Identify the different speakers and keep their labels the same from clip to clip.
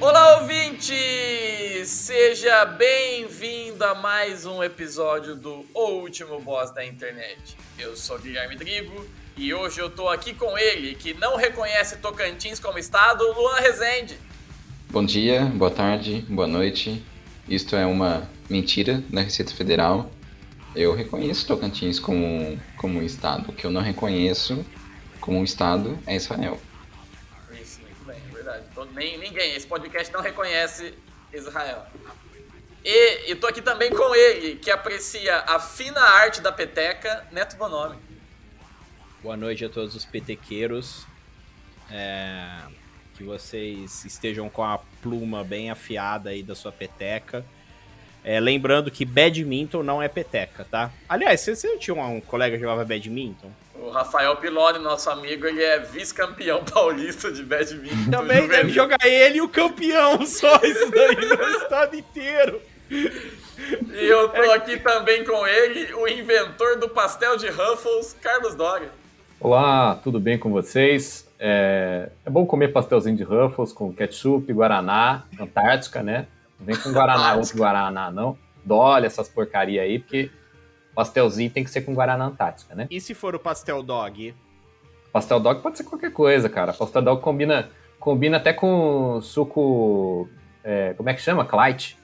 Speaker 1: Olá, ouvinte! Seja bem-vindo a mais um episódio do O Último Boss da Internet. Eu sou Guilherme Drigo e hoje eu tô aqui com ele, que não reconhece Tocantins como estado, Luan Rezende.
Speaker 2: Bom dia, boa tarde, boa noite. Isto é uma mentira da Receita Federal. Eu reconheço Tocantins como, como um estado. O que eu não reconheço como um estado é Israel.
Speaker 1: Isso, muito bem, é verdade. Então, nem, ninguém, esse podcast não reconhece Israel. E eu tô aqui também com ele, que aprecia a fina arte da peteca, Neto Bonomi.
Speaker 3: Boa noite a todos os petequeiros. É, que vocês estejam com a pluma bem afiada aí da sua peteca. É, lembrando que badminton não é peteca, tá? Aliás, você, você não tinha um, um colega que jogava badminton?
Speaker 1: O Rafael Piloni, nosso amigo, ele é vice-campeão paulista de badminton.
Speaker 3: Também deve
Speaker 1: juvenil.
Speaker 3: jogar ele e o campeão, só isso daí no estado inteiro.
Speaker 1: E eu
Speaker 4: É.
Speaker 1: tô aqui também com ele, o inventor do pastel de Ruffles, Carlos Doria.
Speaker 4: Olá, tudo bem com vocês? É, é bom comer pastelzinho de Ruffles com ketchup, Guaraná, Antártica, né? Não vem com Guaraná, outro Guaraná, não. Dole essas porcaria aí, porque pastelzinho tem que ser com Guaraná Antártica, né?
Speaker 3: E se for o pastel dog?
Speaker 4: Pastel dog pode ser qualquer coisa, cara. Pastel dog combina, combina até com suco. é, como é que chama? Clyde.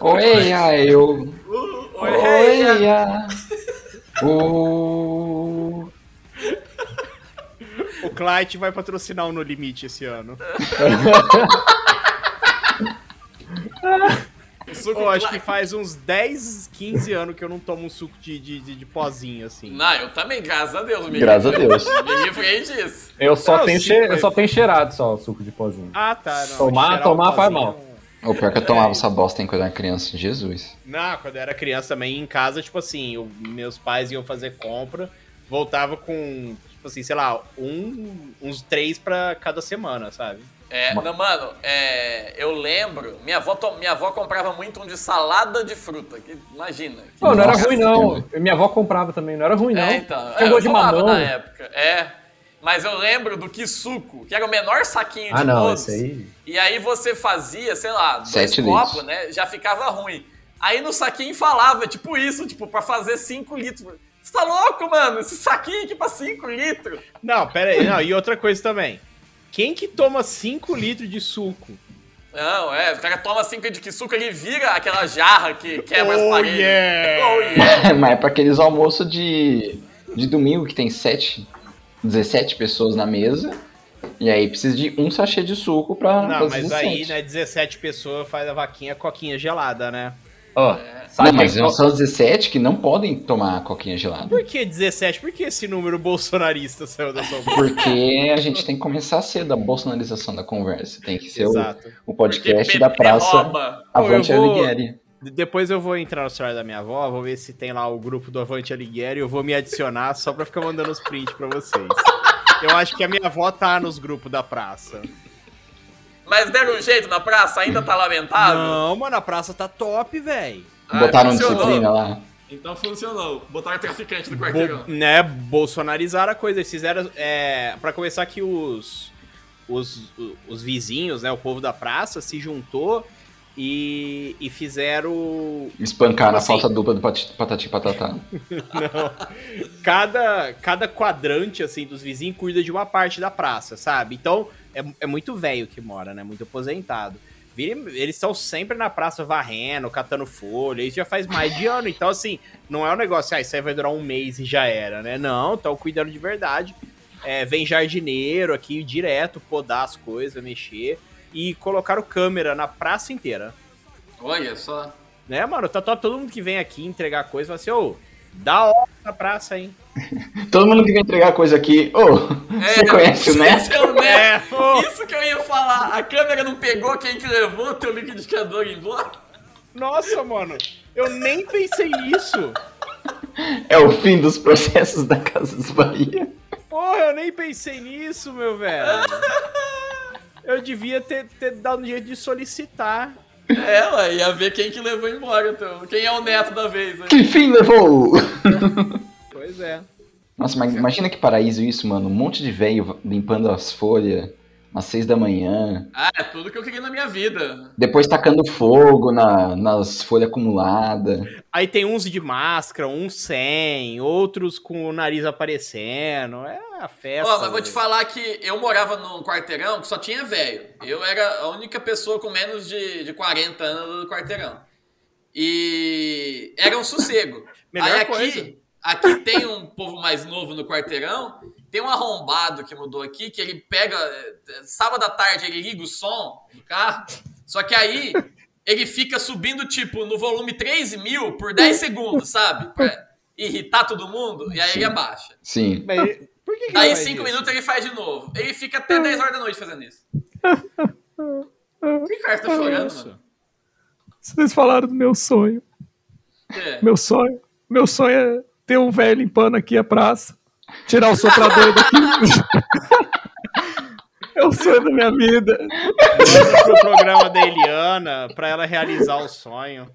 Speaker 2: Oi, ai, eu.
Speaker 1: Uh, oi,
Speaker 4: é.
Speaker 2: Oi, ai. O-
Speaker 3: O Clyde vai patrocinar o No Limite esse ano.
Speaker 1: o suco
Speaker 3: Eu acho
Speaker 1: cla-
Speaker 3: que faz uns 10, 15 anos que eu não tomo um suco de, de, de, de pozinho, assim.
Speaker 1: Não, eu também, graças a Deus, me
Speaker 2: Graças a Deus.
Speaker 1: Me livrei disso.
Speaker 4: Eu só,
Speaker 3: Não,
Speaker 4: tenho,
Speaker 3: sim,
Speaker 4: che- eu
Speaker 3: mas-
Speaker 4: só tenho cheirado só o suco de pozinho.
Speaker 3: Ah, tá. Não.
Speaker 4: Tomar-
Speaker 3: Cheirar o
Speaker 4: tomar faz
Speaker 3: pozinho-
Speaker 4: mal.
Speaker 2: O pior é que eu tomava essa bosta enquanto era criança, Jesus.
Speaker 3: Não, quando eu era criança também, em casa, tipo assim, eu- meus pais iam fazer compra, voltava com, tipo assim, sei lá, um, uns três pra cada semana, sabe?
Speaker 1: É, não, mano, é, eu lembro, minha avó, to- minha avó comprava muito um de salada de fruta, que- imagina. que-
Speaker 4: Pô, não era
Speaker 2: Nossa,
Speaker 4: ruim,
Speaker 2: Deus.
Speaker 4: não. Minha avó comprava também, não era ruim, não.
Speaker 1: É, então, é,
Speaker 4: Tinha gosto de
Speaker 1: eu tomava
Speaker 4: mamão.
Speaker 1: na época, é. Mas eu lembro do que suco, que era o menor saquinho de
Speaker 4: Ah, não,
Speaker 1: todos.
Speaker 4: esse aí.
Speaker 1: E aí você fazia, sei lá, dois
Speaker 2: Sete
Speaker 1: copos,
Speaker 2: litros.
Speaker 1: né? Já ficava ruim. Aí no saquinho falava, tipo isso, tipo, pra fazer 5 litros. Você tá louco, mano? Esse saquinho aqui pra 5 litros.
Speaker 3: Não, pera aí, não, e outra coisa também. Quem que toma 5 litros de suco?
Speaker 1: Não, é, o cara toma 5 de que suco, ele vira aquela jarra que quebra as
Speaker 3: Oh,
Speaker 1: paredes.
Speaker 3: yeah.
Speaker 1: Oh, yeah.
Speaker 2: Mas é pra aqueles almoços de, de domingo que tem sete, 17 pessoas na mesa. E aí precisa de um sachê de suco pra
Speaker 3: Não,
Speaker 2: fazer
Speaker 3: mas aí,
Speaker 2: 17.
Speaker 3: né, 17 pessoas faz a vaquinha coquinha gelada, né?
Speaker 4: Ó,
Speaker 2: Não,
Speaker 4: sabe
Speaker 2: mas
Speaker 3: é
Speaker 4: quem-
Speaker 2: são os 17 que não podem tomar coquinha gelada.
Speaker 3: Por que 17? Por que esse número bolsonarista saiu da sua boca?
Speaker 2: Porque a gente tem que começar cedo a bolsonarização da conversa. Tem que ser o,
Speaker 3: Exato.
Speaker 2: o
Speaker 1: Porque
Speaker 2: podcast
Speaker 1: PT
Speaker 2: da praça
Speaker 1: rouba.
Speaker 2: Avante
Speaker 3: Eu vou-
Speaker 2: Alighieri.
Speaker 3: De- Depois eu vou entrar no celular da minha avó, vou ver se tem lá o grupo do Avante Alighieri, eu vou me adicionar só pra ficar mandando os prints pra vocês. Eu acho que a minha avó tá nos grupos da praça.
Speaker 1: Mas deram um jeito na praça, ainda tá lamentável?
Speaker 3: Não, mano, a praça tá top, velho.
Speaker 1: Ah,
Speaker 2: Botaram
Speaker 1: funcionou.
Speaker 2: disciplina lá.
Speaker 1: Então funcionou. Botaram traficante no quarteirão.
Speaker 3: Bo né, bolsonarizaram a coisa. Eles fizeram. É, para começar que os, os, os vizinhos, né? O povo da praça se juntou e, e fizeram
Speaker 2: Espancaram
Speaker 3: Assim.
Speaker 2: a falta dupla do Pati- Patati Patatá.
Speaker 3: cada, cada quadrante, assim, dos vizinhos cuida de uma parte da praça, sabe? Então, é, é muito velho que mora, né? Muito aposentado. Vira- Eles estão sempre na praça varrendo, catando folha, isso já faz mais de ano. Então, assim, não é um negócio, ah, isso aí vai durar um mês e já era, né? Não, estão cuidando de verdade. É, vem jardineiro aqui direto podar as coisas, mexer. E colocaram câmera na praça inteira.
Speaker 1: Olha só.
Speaker 3: Né, mano? Tá top. Todo mundo que vem aqui entregar coisa fala assim, ô, Da hora essa praça, hein?
Speaker 2: Todo mundo que vem entregar coisa aqui, ô, você conhece o Neto?
Speaker 1: Esse é o Neto.
Speaker 3: É, pô.
Speaker 1: Isso que eu ia falar. A câmera não pegou quem que levou teu liquidificador embora?
Speaker 3: Nossa, mano. Eu nem pensei nisso.
Speaker 2: É o fim dos processos da Casas Bahia.
Speaker 3: Porra, eu nem pensei nisso, meu velho. Eu devia ter, ter dado um jeito de solicitar.
Speaker 1: É, Ela ia ver quem que levou embora, então. Quem é o neto da vez, né?
Speaker 2: Que fim levou?
Speaker 3: Pois é.
Speaker 2: Nossa, mas imagina que paraíso isso, mano. Um monte de velho limpando as folhas às seis da manhã.
Speaker 1: Ah, é tudo que eu queria na minha vida.
Speaker 2: Depois tacando fogo na, nas folhas acumuladas.
Speaker 3: Aí tem uns de máscara, uns sem, outros com o nariz aparecendo. É a festa.
Speaker 1: Ó, mas vou te
Speaker 3: velho.
Speaker 1: falar que eu morava num quarteirão que só tinha velho. Eu era a única pessoa com menos de, de 40 anos do quarteirão. E era um sossego.
Speaker 3: Melhor
Speaker 1: Aí
Speaker 3: coisa.
Speaker 1: aqui, aqui tem um povo mais novo no quarteirão, tem um arrombado que mudou aqui, que ele pega. eh, Sábado à tarde ele liga o som do carro, só que aí ele fica subindo, tipo, no volume 13 mil por 10 segundos, sabe? Pra irritar todo mundo, e aí ele
Speaker 2: Sim.
Speaker 1: abaixa.
Speaker 2: Sim.
Speaker 3: Mas por que que
Speaker 1: Aí,
Speaker 3: não faz
Speaker 1: cinco
Speaker 3: isso?
Speaker 1: minutos, ele faz de novo. Ele fica até 10 horas da noite fazendo isso. Por que o Carlos tá chorando, mano?
Speaker 5: Vocês falaram do meu sonho.
Speaker 1: É.
Speaker 5: Meu sonho, meu sonho é ter um velho limpando aqui a praça, tirar o soprador daqui. é o sonho da minha vida.
Speaker 3: Manda pro programa da Eliana pra ela realizar o sonho.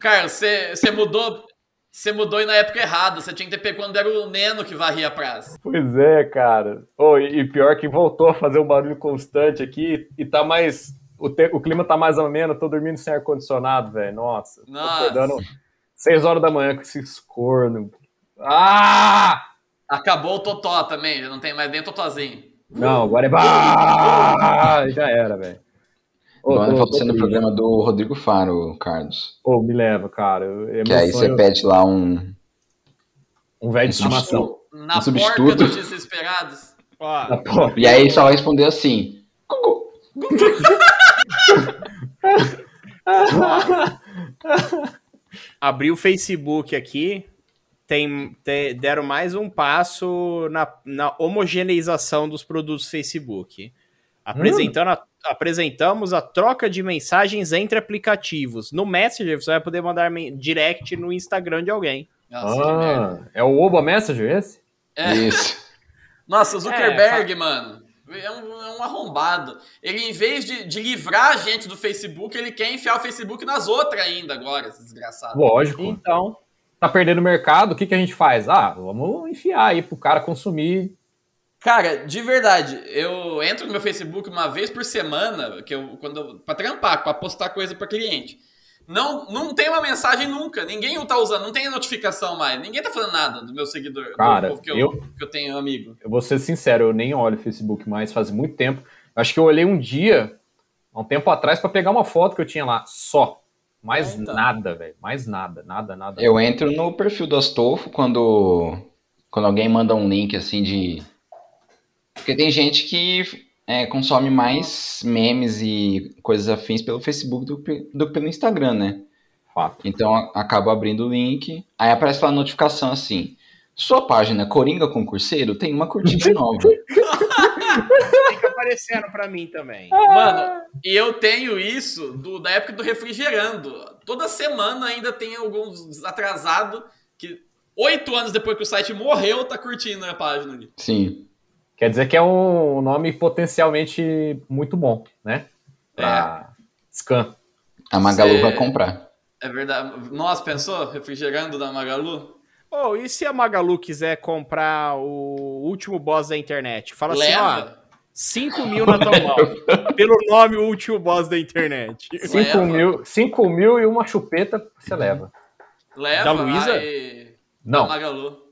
Speaker 1: Carlos, você você mudou. Você mudou e na época errada. Você tinha que ter pego quando era o Neno que varria a praça.
Speaker 4: Pois é, cara. Oh, e e pior que voltou a fazer um barulho constante aqui e tá mais. O, te- o clima tá mais ameno, eu tô dormindo sem ar-condicionado, velho. Nossa. tô
Speaker 1: Nossa.
Speaker 4: acordando seis horas da manhã com esses corno. Ah!
Speaker 1: Acabou o Totó também, já não tem mais nem o Totózinho.
Speaker 4: Não, agora é. Ah! Já era, velho. Ô,
Speaker 2: Agora
Speaker 4: tô-
Speaker 2: falta
Speaker 4: tô
Speaker 2: ser no
Speaker 4: triste.
Speaker 2: programa do Rodrigo Faro, Carlos.
Speaker 4: Ô, me leva, cara. eu- É
Speaker 2: Que
Speaker 4: meu
Speaker 2: aí você
Speaker 4: sonho,
Speaker 2: pede lá um.
Speaker 4: um velho de estimação.
Speaker 1: Na
Speaker 2: Um substituto.
Speaker 1: porta dos desesperados.
Speaker 3: Ó,
Speaker 4: Na porta.
Speaker 2: E aí ele só vai responder assim. "Cucu".
Speaker 3: abri o Facebook aqui, tem, te- deram mais um passo na, na homogeneização dos produtos Facebook. Apresentando a- apresentamos a troca de mensagens entre aplicativos. No Messenger, você vai poder mandar men- direct no Instagram de alguém.
Speaker 1: Nossa, que merda.
Speaker 4: Ah, é o Oba Messenger esse?
Speaker 1: É.
Speaker 2: Isso.
Speaker 1: Nossa, o Zuckerberg, mano. É um, é um arrombado. Ele, em vez de, de livrar a gente do Facebook, ele quer enfiar o Facebook nas outras ainda agora, esse desgraçado.
Speaker 4: Lógico.
Speaker 3: Então,
Speaker 4: Tá perdendo o mercado, o que, que a gente faz? Ah, vamos enfiar aí pro cara consumir.
Speaker 1: Cara, de verdade, eu entro no meu Facebook uma vez por semana, que eu quando eu- pra trampar, pra postar coisa pra cliente. Não, não tem uma mensagem nunca. Ninguém tá usando, não tem notificação mais. Ninguém tá falando nada do meu seguidor,
Speaker 4: Cara,
Speaker 1: do povo que eu,
Speaker 4: eu-
Speaker 1: que eu tenho amigo.
Speaker 4: Eu vou ser sincero, eu nem olho o Facebook mais, faz muito tempo. Acho que eu olhei um dia, há um tempo atrás, pra pegar uma foto que eu tinha lá, só. Mais
Speaker 1: Ah, então.
Speaker 4: nada, velho. Mais nada, nada, nada.
Speaker 2: Eu entro no perfil do Astolfo quando, quando alguém manda um link assim de. Porque tem gente que é, consome mais memes e coisas afins pelo Facebook do, que- do que pelo Instagram, né?
Speaker 4: Fato.
Speaker 2: Então a- acabo abrindo o link, aí aparece lá a notificação assim. Sua página Coringa Concurseiro tem uma curtida nova.
Speaker 3: fica Tá aparecendo pra mim também.
Speaker 1: Mano, e eu tenho isso do- da época do refrigerando. Toda semana ainda tem alguns atrasado que oito anos depois que o site morreu, tá curtindo a página ali.
Speaker 2: Sim.
Speaker 4: Quer dizer que é um nome potencialmente muito bom, né? Pra scan.
Speaker 2: A Magalu
Speaker 1: Cê-
Speaker 2: vai comprar.
Speaker 1: É verdade. Nós pensou? Refrigerando da Magalu?
Speaker 3: Ou e se a Magalu quiser comprar o último boss da internet? Fala assim, ó.
Speaker 1: Leva.
Speaker 3: 5 mil na tua mão. Pelo nome o último boss da internet.
Speaker 1: Leva.
Speaker 4: 5 mil, cinco mil e uma chupeta você
Speaker 3: Uhum.
Speaker 4: leva.
Speaker 1: Leva.
Speaker 3: Da Luísa?
Speaker 1: aí, da
Speaker 4: Não,
Speaker 1: Magalu.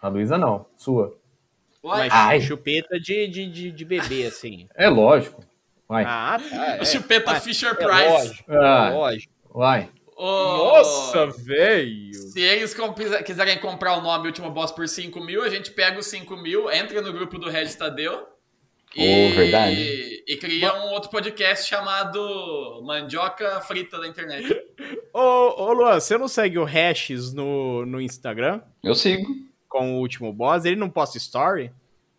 Speaker 4: a Luísa não, sua.
Speaker 1: Uai,
Speaker 3: Mas
Speaker 4: Ai.
Speaker 3: chupeta de, de, de, de bebê, assim.
Speaker 4: É lógico. Vai,
Speaker 3: Ah, tá.
Speaker 1: o chupeta Fisher
Speaker 3: é
Speaker 1: Price.
Speaker 3: lógico,
Speaker 4: Ah.
Speaker 3: é lógico.
Speaker 4: vai.
Speaker 1: Ô,
Speaker 3: velho!
Speaker 1: Se eles com- quiserem comprar o nome Último Boss por 5 mil, a gente pega os 5 mil, entra no grupo do Red Tadeu E,
Speaker 2: Oh, verdade.
Speaker 1: e cria um outro podcast chamado Mandioca Frita da Internet.
Speaker 3: Ô, ô Luan, você não segue o Hashes no, no Instagram
Speaker 2: Eu sigo.
Speaker 3: com o último boss? Ele não posta story?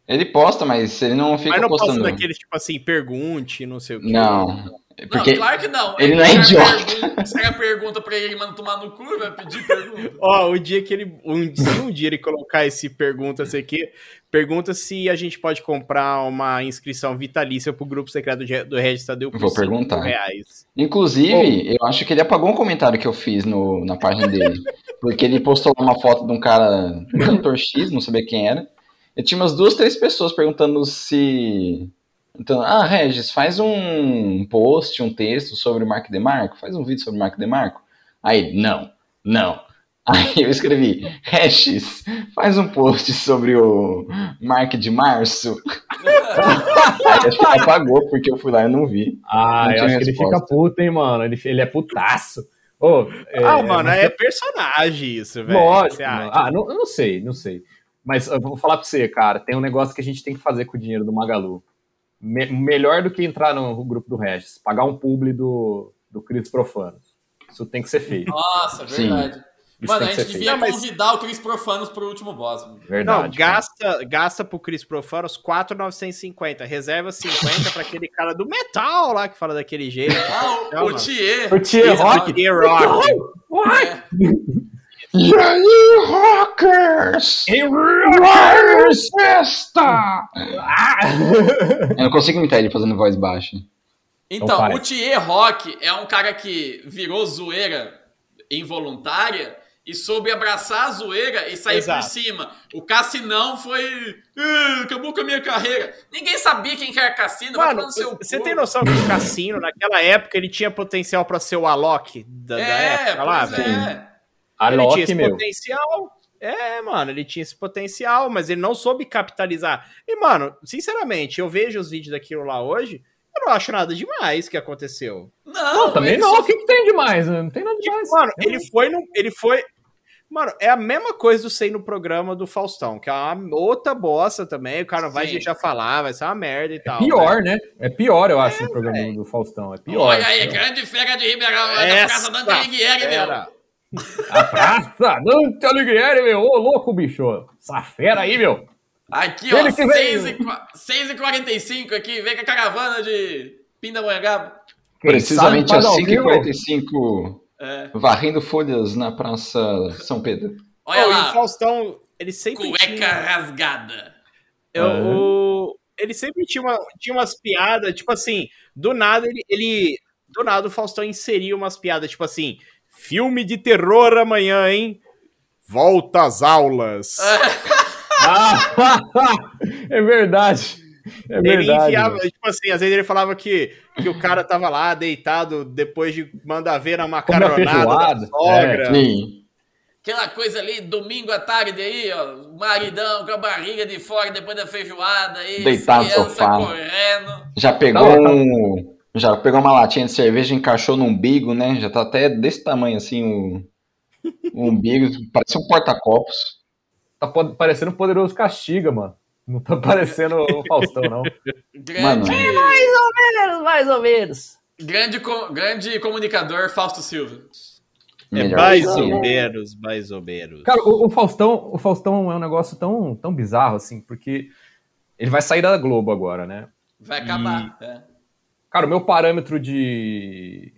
Speaker 2: Ele posta, mas ele não fica
Speaker 3: Mas não posta
Speaker 2: postando.
Speaker 3: daqueles tipo assim, pergunte, não sei o quê.
Speaker 2: Não. Porque
Speaker 1: Não, claro que não.
Speaker 2: ele não é
Speaker 1: Se o cara
Speaker 2: idiota.
Speaker 1: pergunta- Se o cara pergunta pra ele, mano, tomar no cu, vai pedir pergunta.
Speaker 3: Ó, o dia que ele. Um, se um dia ele colocar esse pergunta esse aqui, pergunta se a gente pode comprar uma inscrição vitalícia pro grupo secreto de- do Regis Tadeu por
Speaker 2: Vou
Speaker 3: cinco
Speaker 2: perguntar.
Speaker 3: Reais.
Speaker 2: Inclusive, eu acho que ele apagou um comentário que eu fiz no, na página dele. porque ele postou uma foto de um cara, um cantor X, não sabia quem era. E tinha umas duas, três pessoas perguntando se. Então, ah, Regis, faz um post, um texto sobre o Marco DeMarco? Faz um vídeo sobre o Marco DeMarco? Aí, ele, não, não. Aí eu escrevi, Regis, faz um post sobre o Mark de Março. Aí acho que ele apagou, porque eu fui lá e não vi.
Speaker 4: Ah,
Speaker 2: Não
Speaker 4: eu
Speaker 2: tinha
Speaker 4: acho que ele
Speaker 2: resposta.
Speaker 4: fica puto, hein, mano. Ele, ele é putaço. Ô, é,
Speaker 3: ah, mano, é personagem isso, velho.
Speaker 4: lógico.
Speaker 3: Você
Speaker 4: mano.
Speaker 3: acha?
Speaker 4: Ah, não, eu não sei, não sei. Mas eu vou falar pra você, cara, tem um negócio que a gente tem que fazer com o dinheiro do Magalu. Me- melhor do que entrar no grupo do Regis, pagar um publi do, do Cris Profano. Isso tem que ser feito.
Speaker 1: Nossa,
Speaker 2: Sim.
Speaker 1: verdade.
Speaker 4: Isso
Speaker 1: Mano,
Speaker 4: tem
Speaker 1: a
Speaker 4: que
Speaker 1: gente
Speaker 4: ser feito.
Speaker 1: devia
Speaker 3: Não, mas-
Speaker 1: convidar o Cris Profanos pro último boss. mano.
Speaker 4: Ah, Verdade.
Speaker 3: Não,
Speaker 4: cara.
Speaker 3: gasta, gasta pro Cris Profano os 4,950. Reserva 50 pra aquele cara do metal lá que fala daquele jeito.
Speaker 1: Ah, o,
Speaker 3: Calma.
Speaker 1: o Thier.
Speaker 4: O Tia
Speaker 3: Isso,
Speaker 4: Rock.
Speaker 3: The Rock.
Speaker 1: É.
Speaker 4: Então,
Speaker 2: E aí, rockers?
Speaker 4: Hey,
Speaker 2: Rockers festa! Eu não consigo imitar ele fazendo voz baixa.
Speaker 4: Então
Speaker 1: Então,
Speaker 4: vai.
Speaker 1: o Thier Rock é um cara que virou zoeira involuntária e soube abraçar a zoeira e sair
Speaker 3: Exato.
Speaker 1: por cima. O Cassinão foi. "Ah, Acabou com a minha carreira. Ninguém sabia quem que era Cassino. vai tomar
Speaker 3: Mano,
Speaker 1: no seu
Speaker 3: você
Speaker 1: cu.
Speaker 3: tem noção que o Cassino, naquela época, ele tinha potencial pra ser o Alok da, da
Speaker 1: É,
Speaker 3: época lá,
Speaker 1: pois
Speaker 3: velho?
Speaker 1: é.
Speaker 4: A
Speaker 3: Ele tinha
Speaker 4: Ah, Loki,
Speaker 3: esse
Speaker 4: meu.
Speaker 3: potencial. É, mano, ele tinha esse potencial, mas ele não soube capitalizar. E, mano, sinceramente, eu vejo os vídeos daquilo lá hoje, eu não acho nada demais que aconteceu.
Speaker 1: Não,
Speaker 4: Também
Speaker 1: ele
Speaker 4: não,
Speaker 1: só-
Speaker 4: o que, que tem demais? Não tem nada demais.
Speaker 3: Mano, ele foi no. Ele foi. Mano, é a mesma coisa do sei no programa do Faustão, que é uma outra bosta também. O cara vai
Speaker 1: Sim.
Speaker 3: deixar falar, vai ser uma merda e tal.
Speaker 4: Pior, né? É pior, eu acho, o programa do Faustão. É pior.
Speaker 1: Olha aí, grande fera de Ribeirão, lá da
Speaker 3: Essa
Speaker 1: Praça Dante Alighieri, É, meu.
Speaker 3: Era.
Speaker 4: A praça, Dante Alighieri, meu. Ô, louco, bicho. Essa fera aí, meu.
Speaker 1: Aqui, ó,
Speaker 4: Ele que veio.
Speaker 1: 6h45 aqui, vem com a caravana de Pindamonhangaba.
Speaker 4: Quem
Speaker 2: Precisamente
Speaker 4: sabe
Speaker 2: às
Speaker 4: faz ao vivo.
Speaker 2: 5h45,
Speaker 1: É.
Speaker 2: varrendo folhas na Praça São Pedro.
Speaker 1: Olha
Speaker 3: Pô, e
Speaker 1: lá,
Speaker 3: o Faustão, ele sempre.
Speaker 1: cueca
Speaker 3: tinha-
Speaker 1: rasgada.
Speaker 3: Eu,
Speaker 4: É.
Speaker 3: o- ele sempre tinha, uma- tinha umas piadas, tipo assim, do nada ele, ele- Do nada o Faustão inseria umas piadas, tipo assim, filme de terror amanhã, hein? Volta às aulas.
Speaker 4: Ah, é verdade. É
Speaker 3: ele
Speaker 4: verdade.
Speaker 3: enfiava, tipo assim, às vezes ele falava que, que o cara tava lá deitado depois de mandar ver na
Speaker 4: Como a
Speaker 3: macaronada da
Speaker 4: feijoada.
Speaker 3: sogra.
Speaker 2: Sim.
Speaker 1: Aquela coisa ali, domingo à tarde aí, ó, o maridão com a barriga de fora depois da feijoada aí,
Speaker 2: Deitado no
Speaker 1: criança
Speaker 2: sofá.
Speaker 1: correndo.
Speaker 2: Já pegou
Speaker 4: Não, tá-
Speaker 2: um- Já pegou uma latinha de cerveja, encaixou no umbigo, né? Já tá até desse tamanho assim o, o umbigo. Parece um porta-copos.
Speaker 4: Tá po- parecendo o Poderoso Castiga, mano. Não tá parecendo o Faustão, não.
Speaker 1: Grande,
Speaker 4: Mais ou menos.
Speaker 1: grande, co- grande comunicador Fausto Silva.
Speaker 3: É
Speaker 2: Melhor assim.
Speaker 3: mais
Speaker 2: que
Speaker 3: ou
Speaker 2: eu.
Speaker 3: menos, mais ou menos.
Speaker 4: Cara, o, o Faustão, o Faustão é um negócio tão, tão bizarro, assim, porque ele vai sair da Globo agora, né?
Speaker 1: Vai acabar. é.
Speaker 4: Cara, o meu parâmetro de,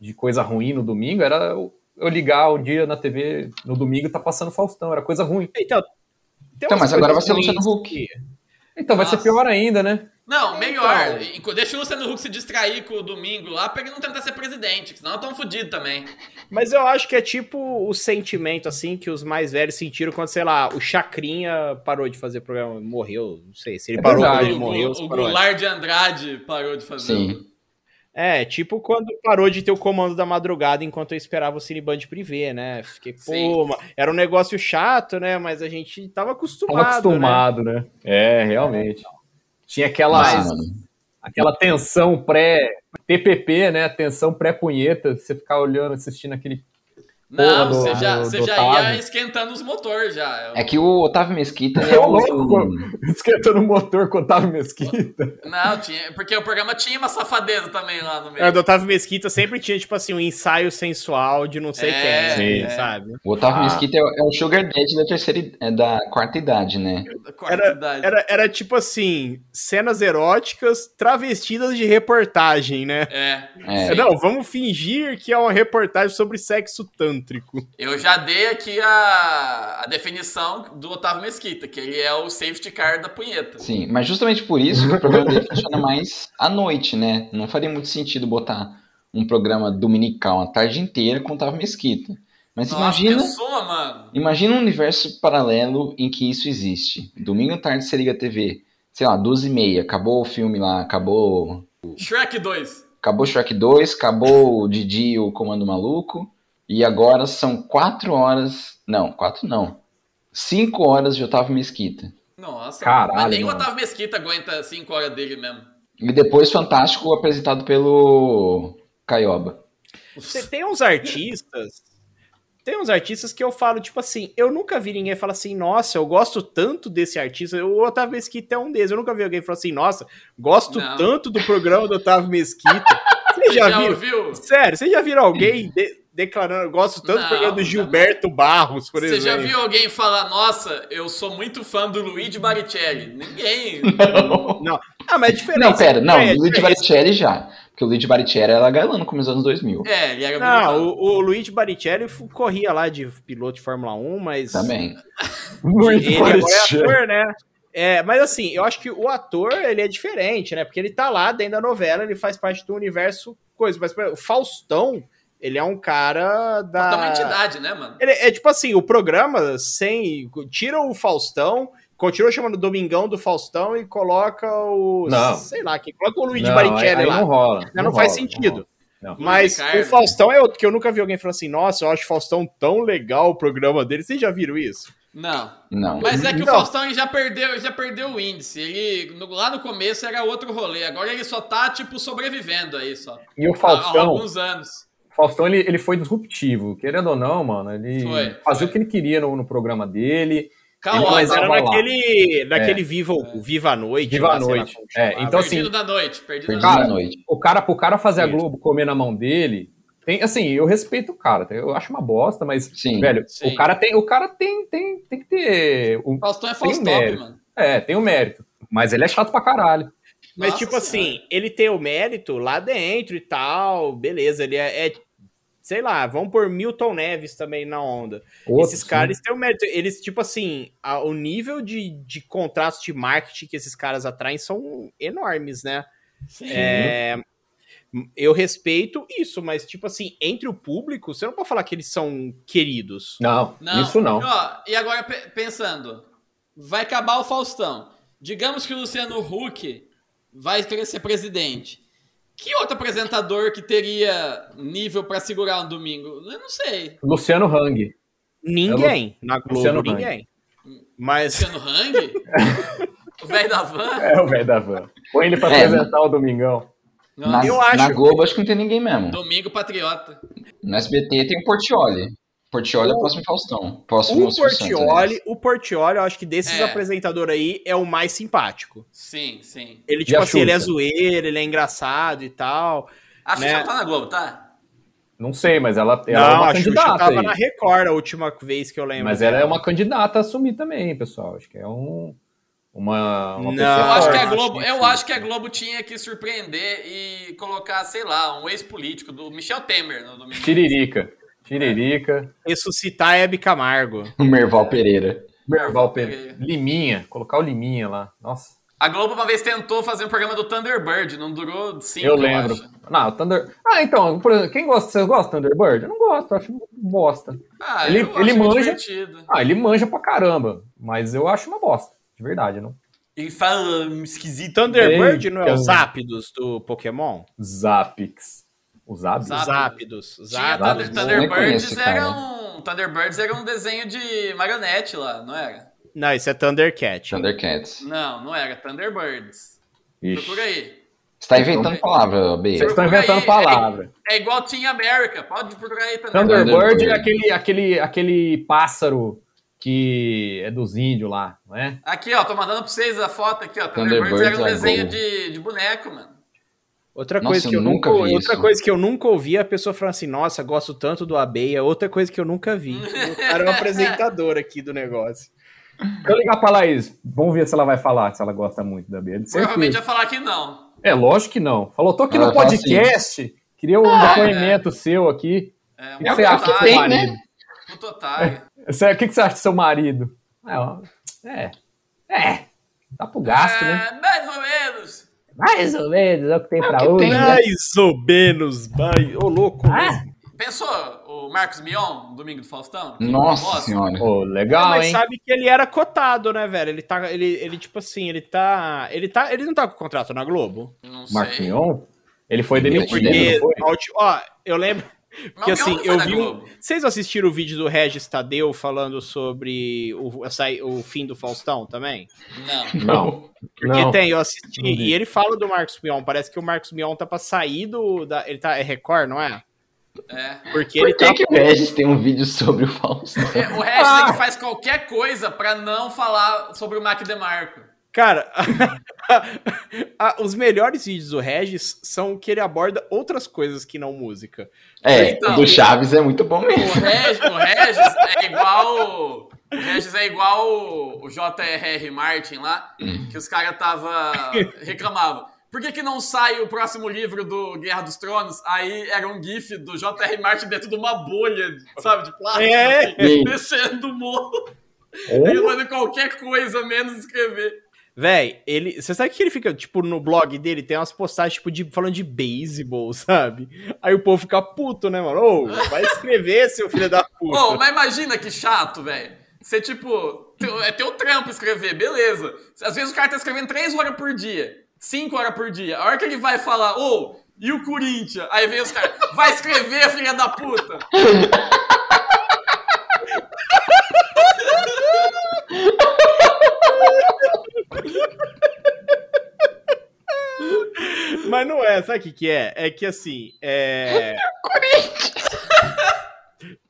Speaker 4: de coisa ruim no domingo era eu, eu ligar um dia na TV no domingo e tá passando Faustão, era coisa ruim.
Speaker 3: Então, assim, tem
Speaker 2: Então, mas
Speaker 3: umas
Speaker 2: agora vai
Speaker 3: coisas
Speaker 2: ser Luciano
Speaker 3: ruins
Speaker 2: Huck.
Speaker 4: Então vai
Speaker 1: Nossa.
Speaker 4: ser pior ainda, né?
Speaker 1: Não, melhor. enqu- Deixa o Luciano Huck se distrair com o domingo lá pra ele não tentar ser presidente, que senão tão fudido também.
Speaker 3: Mas eu acho que é tipo o sentimento, assim, que os mais velhos sentiram quando, sei lá, o Chacrinha parou de fazer programa, morreu, não sei, se ele
Speaker 4: É
Speaker 3: parou
Speaker 4: verdade.
Speaker 3: quando
Speaker 1: o
Speaker 3: ele morreu,
Speaker 1: o,
Speaker 3: se
Speaker 1: o
Speaker 3: parou.
Speaker 1: Goulart de Andrade parou de fazer.
Speaker 2: Sim.
Speaker 3: É, tipo quando parou de ter o comando da madrugada enquanto eu esperava o Cineband Privé, né? Fiquei,
Speaker 1: Sim.
Speaker 3: pô, ma- era um negócio chato, né? Mas a gente tava acostumado,
Speaker 4: Tava acostumado, né? É, realmente. Tinha aquela,
Speaker 2: Nossa, mano.
Speaker 4: aquela tensão pré-TPP, né? Tensão pré-punheta, você ficar olhando, assistindo aquele,
Speaker 1: Não,
Speaker 4: do-
Speaker 1: você já,
Speaker 4: do-
Speaker 1: você
Speaker 4: do
Speaker 1: já ia
Speaker 4: Otávio.
Speaker 1: esquentando os motores já.
Speaker 2: É que o Otávio Mesquita
Speaker 4: Ô,
Speaker 2: é o...
Speaker 4: louco! Esquentando o motor com o Otávio Mesquita.
Speaker 1: Não, tinha, porque o programa tinha uma safadeza também lá no meio.
Speaker 3: É, do Otávio Mesquita sempre tinha, tipo assim, um ensaio sensual de não sei
Speaker 1: É,
Speaker 3: quem, assim,
Speaker 6: é.
Speaker 3: sabe?
Speaker 2: O Otávio
Speaker 6: Ah.
Speaker 2: Mesquita é o, é o Sugar Daddy da terceira i- é da quarta idade, né?
Speaker 1: Da quarta idade.
Speaker 3: Era, era tipo assim, cenas eróticas travestidas de reportagem, né?
Speaker 1: É,
Speaker 2: É.
Speaker 3: Não, vamos fingir que é uma reportagem sobre sexo tântrico.
Speaker 1: eu já dei aqui a, a definição do Otávio Mesquita, que ele é o safety car da punheta.
Speaker 2: Sim, mas justamente por isso que o programa dele funciona mais à noite, né? Não faria muito sentido botar um programa dominical a tarde inteira com o Otávio Mesquita. Mas
Speaker 1: Nossa,
Speaker 2: imagina,
Speaker 1: pessoa, mano.
Speaker 2: imagina um universo paralelo em que isso existe. Domingo à tarde você liga a TV, sei lá, 12 e meia, acabou o filme lá, acabou,
Speaker 1: Shrek 2.
Speaker 2: acabou Shrek 2, acabou o Didi e o Comando Maluco, e agora são 4 horas, não, 4 não, 5 horas de Otávio Mesquita.
Speaker 1: Nossa.
Speaker 4: Caralho,
Speaker 1: Mas nem o
Speaker 4: mano.
Speaker 1: Otávio Mesquita aguenta 5 horas dele mesmo.
Speaker 2: E depois Fantástico apresentado pelo Caioba.
Speaker 3: Você tem uns artistas. Tem uns artistas que eu falo, tipo assim, eu nunca vi ninguém falar assim, nossa, eu gosto tanto desse artista. O Otávio Mesquita é um deles. Eu nunca vi alguém falar assim, nossa, gosto
Speaker 1: Não.
Speaker 3: tanto do programa do Otávio Mesquita. Você
Speaker 1: Você
Speaker 3: já,
Speaker 1: já
Speaker 3: viu?
Speaker 1: ouviu?
Speaker 3: Sério, você já viram alguém de- declarando, gosto tanto
Speaker 1: Não,
Speaker 3: do programa
Speaker 1: não.
Speaker 3: do Gilberto Barros, por
Speaker 1: Você já
Speaker 3: exemplo?
Speaker 1: viu alguém falar, nossa, eu sou muito fã do Luigi Baricelli? Ninguém.
Speaker 3: Ah, mas é diferente.
Speaker 2: Não, pera, não,
Speaker 3: É,
Speaker 2: o Luigi Baricelli já. Porque o Luigi Baricelli era galã no começo dos anos 2000.
Speaker 1: É, ele era
Speaker 3: Não,
Speaker 1: bonitão.
Speaker 3: Ah, o, o Luigi Baricelli fu- corria lá de piloto de Fórmula 1, mas.
Speaker 2: Também.
Speaker 3: Ele
Speaker 4: Luiz
Speaker 3: agora é
Speaker 4: Baricelli.
Speaker 3: ator, né? É, mas assim, eu acho que o ator, ele é diferente, né? Porque ele tá lá dentro da novela, ele faz parte do universo coisa. Mas por exemplo, o Faustão, ele é um cara da.
Speaker 1: Tá uma entidade, né, mano?
Speaker 3: Ah. Ele- é tipo assim, o programa sem. Tira o Faustão, continua chamando Domingão do Faustão e coloca o.
Speaker 6: Não.
Speaker 3: Sei lá, quem coloca o Luigi
Speaker 4: Não, aí-
Speaker 3: Baricelli
Speaker 4: aí
Speaker 3: lá.
Speaker 4: não
Speaker 3: Não,
Speaker 4: rola.
Speaker 3: não, faz
Speaker 4: rola, não
Speaker 3: sentido.
Speaker 4: rola. não.
Speaker 1: Luiz
Speaker 3: Mas
Speaker 1: Ricardo.
Speaker 3: o Faustão é outro que eu nunca vi alguém falar assim, nossa, eu acho o Faustão tão legal o programa dele. Vocês já viram isso?
Speaker 1: Não.
Speaker 2: Não.
Speaker 1: Mas é que o
Speaker 3: Não.
Speaker 1: Faustão ele já perdeu, ele já perdeu o índice. Ele no- lá no começo era outro rolê. Agora ele só tá tipo sobrevivendo aí só. Há-
Speaker 4: E o
Speaker 1: Há
Speaker 4: Faustão,
Speaker 1: alguns anos.
Speaker 4: Faustão ele, ele foi disruptivo, querendo ou não, mano. Ele
Speaker 1: Foi,
Speaker 4: fazia
Speaker 1: foi.
Speaker 4: o que ele queria no, no programa dele.
Speaker 3: Mas
Speaker 1: Caótico.
Speaker 4: tava
Speaker 3: era
Speaker 4: lá.
Speaker 3: naquele, É. naquele Viva, Viva a Noite.
Speaker 4: É. Viva
Speaker 3: lá,
Speaker 4: a
Speaker 3: sei lá
Speaker 4: noite.
Speaker 3: como
Speaker 4: É,
Speaker 3: chamava.
Speaker 4: então
Speaker 1: perdido
Speaker 4: assim,
Speaker 1: da noite, perdido
Speaker 2: Perdido
Speaker 1: da noite.
Speaker 4: Cara,
Speaker 2: na noite.
Speaker 4: o cara, pro cara fazer a
Speaker 3: Isso.
Speaker 4: Globo comer na mão dele, tem assim, eu respeito o cara, tá? eu acho uma bosta, mas
Speaker 2: Sim.
Speaker 4: velho,
Speaker 1: Sim.
Speaker 4: o cara tem, o cara tem, tem, tem que ter, o,
Speaker 1: Faustão é
Speaker 4: Tem
Speaker 1: Faustão,
Speaker 4: mérito.
Speaker 1: mano.
Speaker 4: é, tem o mérito, mas ele é chato pra caralho.
Speaker 3: Mas,
Speaker 1: Nossa
Speaker 3: tipo
Speaker 1: Senhora.
Speaker 3: assim, ele tem o mérito lá dentro e tal, beleza, ele é. é- sei lá, vão por Milton Neves também na onda.
Speaker 4: Outro,
Speaker 3: esses caras
Speaker 4: né?
Speaker 3: têm o mérito. Eles, tipo assim, a- o nível de, de contratos de marketing que esses caras atraem são enormes, né? É, eu respeito isso, mas, tipo assim, entre o público, você não pode falar que eles são queridos.
Speaker 4: não, isso não.
Speaker 1: E, ó, e agora pe- pensando, vai acabar o Faustão. Digamos que o Luciano Huck vai querer ser presidente. Que outro apresentador que teria nível pra segurar um domingo? Eu não sei.
Speaker 4: Luciano Hang.
Speaker 3: Ninguém na Globo,
Speaker 4: Luciano Huck.
Speaker 3: ninguém. Mas
Speaker 1: Luciano Hang? o velho da van?
Speaker 4: É o velho da van. Põe ele pra
Speaker 2: É,
Speaker 4: apresentar o Domingão.
Speaker 2: Na,
Speaker 1: Nossa,
Speaker 3: Eu acho-
Speaker 2: na Globo acho que não tem ninguém mesmo.
Speaker 1: Domingo Patriota.
Speaker 2: No SBT tem o Portioli. Portioli é o próximo Faustão. Próximo
Speaker 3: o
Speaker 2: Silvio Santos,
Speaker 3: Portioli,
Speaker 2: aliás.
Speaker 3: o Portioli, eu acho que desses
Speaker 1: É.
Speaker 3: apresentadores aí é o mais simpático.
Speaker 1: Sim, sim.
Speaker 3: Ele, tipo
Speaker 4: a
Speaker 3: assim, ele é
Speaker 4: Xuxa?
Speaker 3: zoeiro, ele é engraçado e tal.
Speaker 1: Acho que
Speaker 3: Né?
Speaker 1: já tá na Globo, tá?
Speaker 4: Não sei, mas ela, ela é uma candidata
Speaker 3: tava
Speaker 4: aí.
Speaker 3: na Record a última vez que eu lembro.
Speaker 4: Mas
Speaker 1: um
Speaker 4: ela é uma candidata a assumir também, pessoal. Acho que é um uma, uma
Speaker 3: Não.
Speaker 1: Eu
Speaker 3: Ah,
Speaker 1: acho que a
Speaker 3: acho
Speaker 1: Globo,
Speaker 4: que
Speaker 1: eu
Speaker 4: sim.
Speaker 1: acho que a Globo tinha que surpreender e colocar, sei lá, um ex-político do Michel Temer no domingo.
Speaker 4: Tiririca. Tiririca.
Speaker 3: Ressuscitar Hebe Camargo.
Speaker 2: O Merval Pereira.
Speaker 4: Merval Pereira. Liminha. Colocar o Liminha lá. Nossa.
Speaker 1: A Globo uma vez tentou fazer um programa do Thunderbird, não durou cinco,
Speaker 4: eu lembro.
Speaker 1: acho.
Speaker 4: Não, o Thunder. Ah, então, por exemplo, quem gosta, você gosta do Thunderbird? Eu não gosto, eu acho bosta.
Speaker 1: Ah,
Speaker 4: Ele-
Speaker 1: eu
Speaker 4: ele
Speaker 1: acho
Speaker 4: manja.
Speaker 1: divertido.
Speaker 4: Ah, ele manja pra caramba, mas eu acho uma bosta, de verdade, não.
Speaker 1: Ele fala hum, esquisito.
Speaker 3: Thunderbird não é
Speaker 4: Eita.
Speaker 3: os Zapdos do Pokémon?
Speaker 4: Zapix. O Zap?
Speaker 1: Zap-
Speaker 3: Zapdos.
Speaker 1: Tinha
Speaker 3: Zapdos.
Speaker 1: Thunder,
Speaker 4: Zapdos,
Speaker 2: nem conheço
Speaker 1: Thunderbirds
Speaker 2: esse
Speaker 1: era
Speaker 2: cara.
Speaker 1: um Thunderbirds era um desenho de marionete lá, não era?
Speaker 3: Não, isso é Thundercat.
Speaker 2: Thundercats.
Speaker 1: Não, não era Thunderbirds.
Speaker 4: Ixi.
Speaker 1: Procura aí.
Speaker 2: Você tá
Speaker 3: Então, é.
Speaker 2: inventando palavra, B.
Speaker 4: Vocês estão inventando
Speaker 1: Procura aí,
Speaker 4: palavra.
Speaker 1: É igual Team America, pode procurar aí também.
Speaker 4: Thunderbird é
Speaker 2: Thunderbird.
Speaker 4: aquele, aquele, aquele pássaro que é dos índios lá, não é?
Speaker 1: Aqui, ó, tô mandando pra vocês a foto aqui, ó. Thunderbirds era um
Speaker 2: Thunderbirds are
Speaker 1: desenho
Speaker 2: gold.
Speaker 1: de, de boneco, mano.
Speaker 3: Outra
Speaker 2: Nossa,
Speaker 3: coisa que eu
Speaker 2: eu
Speaker 3: nunca,
Speaker 2: nunca vi
Speaker 3: outra
Speaker 2: isso.
Speaker 3: coisa que eu nunca ouvi a pessoa falando assim, nossa, gosto tanto do Abeia, outra coisa que eu nunca vi. O cara é um apresentador aqui do negócio.
Speaker 4: Deixa eu ligar pra Laís. Vamos ver se ela vai falar, se ela gosta muito da Bia.
Speaker 1: Provavelmente vai falar que não.
Speaker 4: É, lógico que não. Falou, tô aqui
Speaker 2: Ela
Speaker 4: no
Speaker 2: fala
Speaker 4: podcast, queria um
Speaker 1: Ah,
Speaker 4: depoimento seu aqui.
Speaker 1: É,
Speaker 4: O
Speaker 1: um
Speaker 4: que, né? É, você acha do seu
Speaker 2: tem,
Speaker 1: otário,
Speaker 4: marido?
Speaker 1: puto otário.
Speaker 4: Você- O que, que você acha do seu marido? É, ó, é, é, dá pro gasto, né?
Speaker 1: É, mais ou menos.
Speaker 4: Mais ou menos, é o que tem pra
Speaker 2: que
Speaker 4: hoje.
Speaker 2: tem,
Speaker 4: né?
Speaker 2: né?
Speaker 3: Mais ou menos, vai. Ô, louco.
Speaker 4: Ah,
Speaker 1: Pensou o Marcos Mion, Domingo do Faustão?
Speaker 2: Nossa senhora.
Speaker 4: Pô,
Speaker 3: Não,
Speaker 4: legal,
Speaker 3: mas
Speaker 4: hein?
Speaker 3: sabe que ele era cotado, né, velho? Ele tá, ele, ele tipo assim, ele tá, ele tá, ele não tá com contrato na Globo.
Speaker 1: Não sei.
Speaker 4: Marcos Mignon? Ele foi
Speaker 2: Ele
Speaker 4: demitido,
Speaker 3: Porque,
Speaker 4: não foi?
Speaker 3: a ulti- ó, eu lembro
Speaker 1: Mas o
Speaker 3: que
Speaker 1: Mion
Speaker 3: assim,
Speaker 1: não foi
Speaker 3: eu
Speaker 1: da
Speaker 3: vi um,
Speaker 1: Globo.
Speaker 3: vocês assistiram o vídeo do Regis Tadeu falando sobre o, essa- o fim do Faustão também?
Speaker 1: Não.
Speaker 4: Não.
Speaker 3: Porque
Speaker 4: não.
Speaker 3: tem, eu assisti,
Speaker 4: Não vi.
Speaker 3: e ele fala do Marcos Mion, parece que o Marcos Mion tá pra sair do, da, ele tá, é Record, não é?
Speaker 1: É.
Speaker 3: Porque ele
Speaker 2: Por que,
Speaker 3: tá,
Speaker 2: que o Regis tem um vídeo sobre o Faustão?
Speaker 1: É, O Regis
Speaker 4: Ah!
Speaker 1: é que faz qualquer coisa pra não falar sobre o Mac DeMarco.
Speaker 3: cara, a- os melhores vídeos do Regis são que ele aborda outras coisas que não música.
Speaker 2: É,
Speaker 1: Então.
Speaker 2: o do Chaves é muito bom
Speaker 1: O
Speaker 2: mesmo.
Speaker 1: Regis, o Regis é igual. O Regis é igual o, o J.R.R. Martin lá, que os caras tava. reclamavam. Por que, que não sai o próximo livro do Guerra dos Tronos? Aí era um GIF do J.R. Martin dentro de uma bolha, sabe, de plástico,
Speaker 3: É.
Speaker 1: assim, descendo o morro, ele mandando qualquer coisa menos escrever.
Speaker 3: Véi, ele. Você sabe que ele fica, tipo, no blog dele tem umas postagens, tipo, de, falando de beisebol, sabe? Aí o povo fica puto, né, mano? Ô, vai escrever, seu filho da puta.
Speaker 1: Ô, mas imagina que chato, velho. Você, tipo, teu- é teu trampo escrever, beleza. Às vezes o cara tá escrevendo três horas por dia, cinco horas por dia. A hora que ele vai falar, ô, e o Corinthians? Aí vem os caras, vai escrever, filha da puta.
Speaker 3: Mas não é, sabe o que, que é? É que assim, é.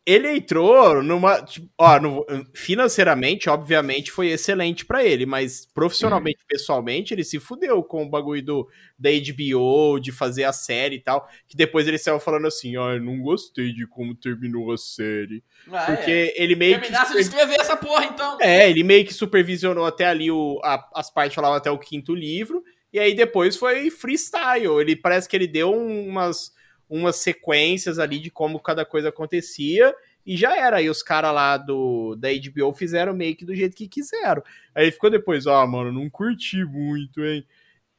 Speaker 3: ele entrou numa. tipo, ó, no- financeiramente, obviamente, foi excelente pra ele, mas profissionalmente,
Speaker 1: Uhum.
Speaker 3: pessoalmente, ele se fudeu com o bagulho do, da HBO, de fazer a série e tal. Que depois ele saiu falando assim: ah, eu não gostei de como terminou a série.
Speaker 1: Ah, é.
Speaker 3: Porque ele meio que.
Speaker 1: Terminasse de escrever essa porra, então.
Speaker 3: É, ele meio que supervisionou até ali o, a- as partes falavam até o quinto livro, e aí depois foi freestyle. Ele parece que ele deu um- umas, umas sequências ali de como cada coisa acontecia, e já era. Aí os caras lá do, da HBO fizeram meio que do jeito que quiseram. Aí ele ficou depois, ó, mano, não curti muito, hein?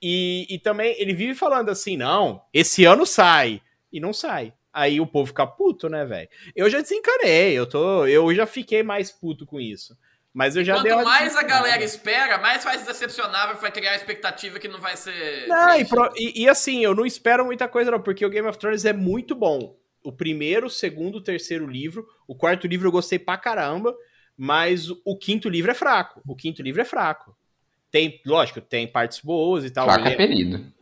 Speaker 3: E, e também ele vive falando assim: não, esse ano sai. E não sai. Aí o povo fica puto, né, velho? Eu já desencanei, eu tô. Eu já fiquei mais puto com isso. Mas eu já dei
Speaker 1: Quanto
Speaker 3: uma
Speaker 1: mais a
Speaker 3: desencanada.
Speaker 1: galera espera, mais vai se decepcionar, vai- vai criar a expectativa que não vai ser.
Speaker 3: Não, e, pro- e- e assim, eu não espero muita coisa, não, porque o Game of Thrones é muito bom. O primeiro, o segundo, o terceiro livro. O quarto livro eu gostei pra caramba, mas o- o quinto livro é fraco. O quinto livro é fraco. Tem, lógico, tem partes boas e tal.
Speaker 2: Vaca
Speaker 3: ele-
Speaker 2: é perigo.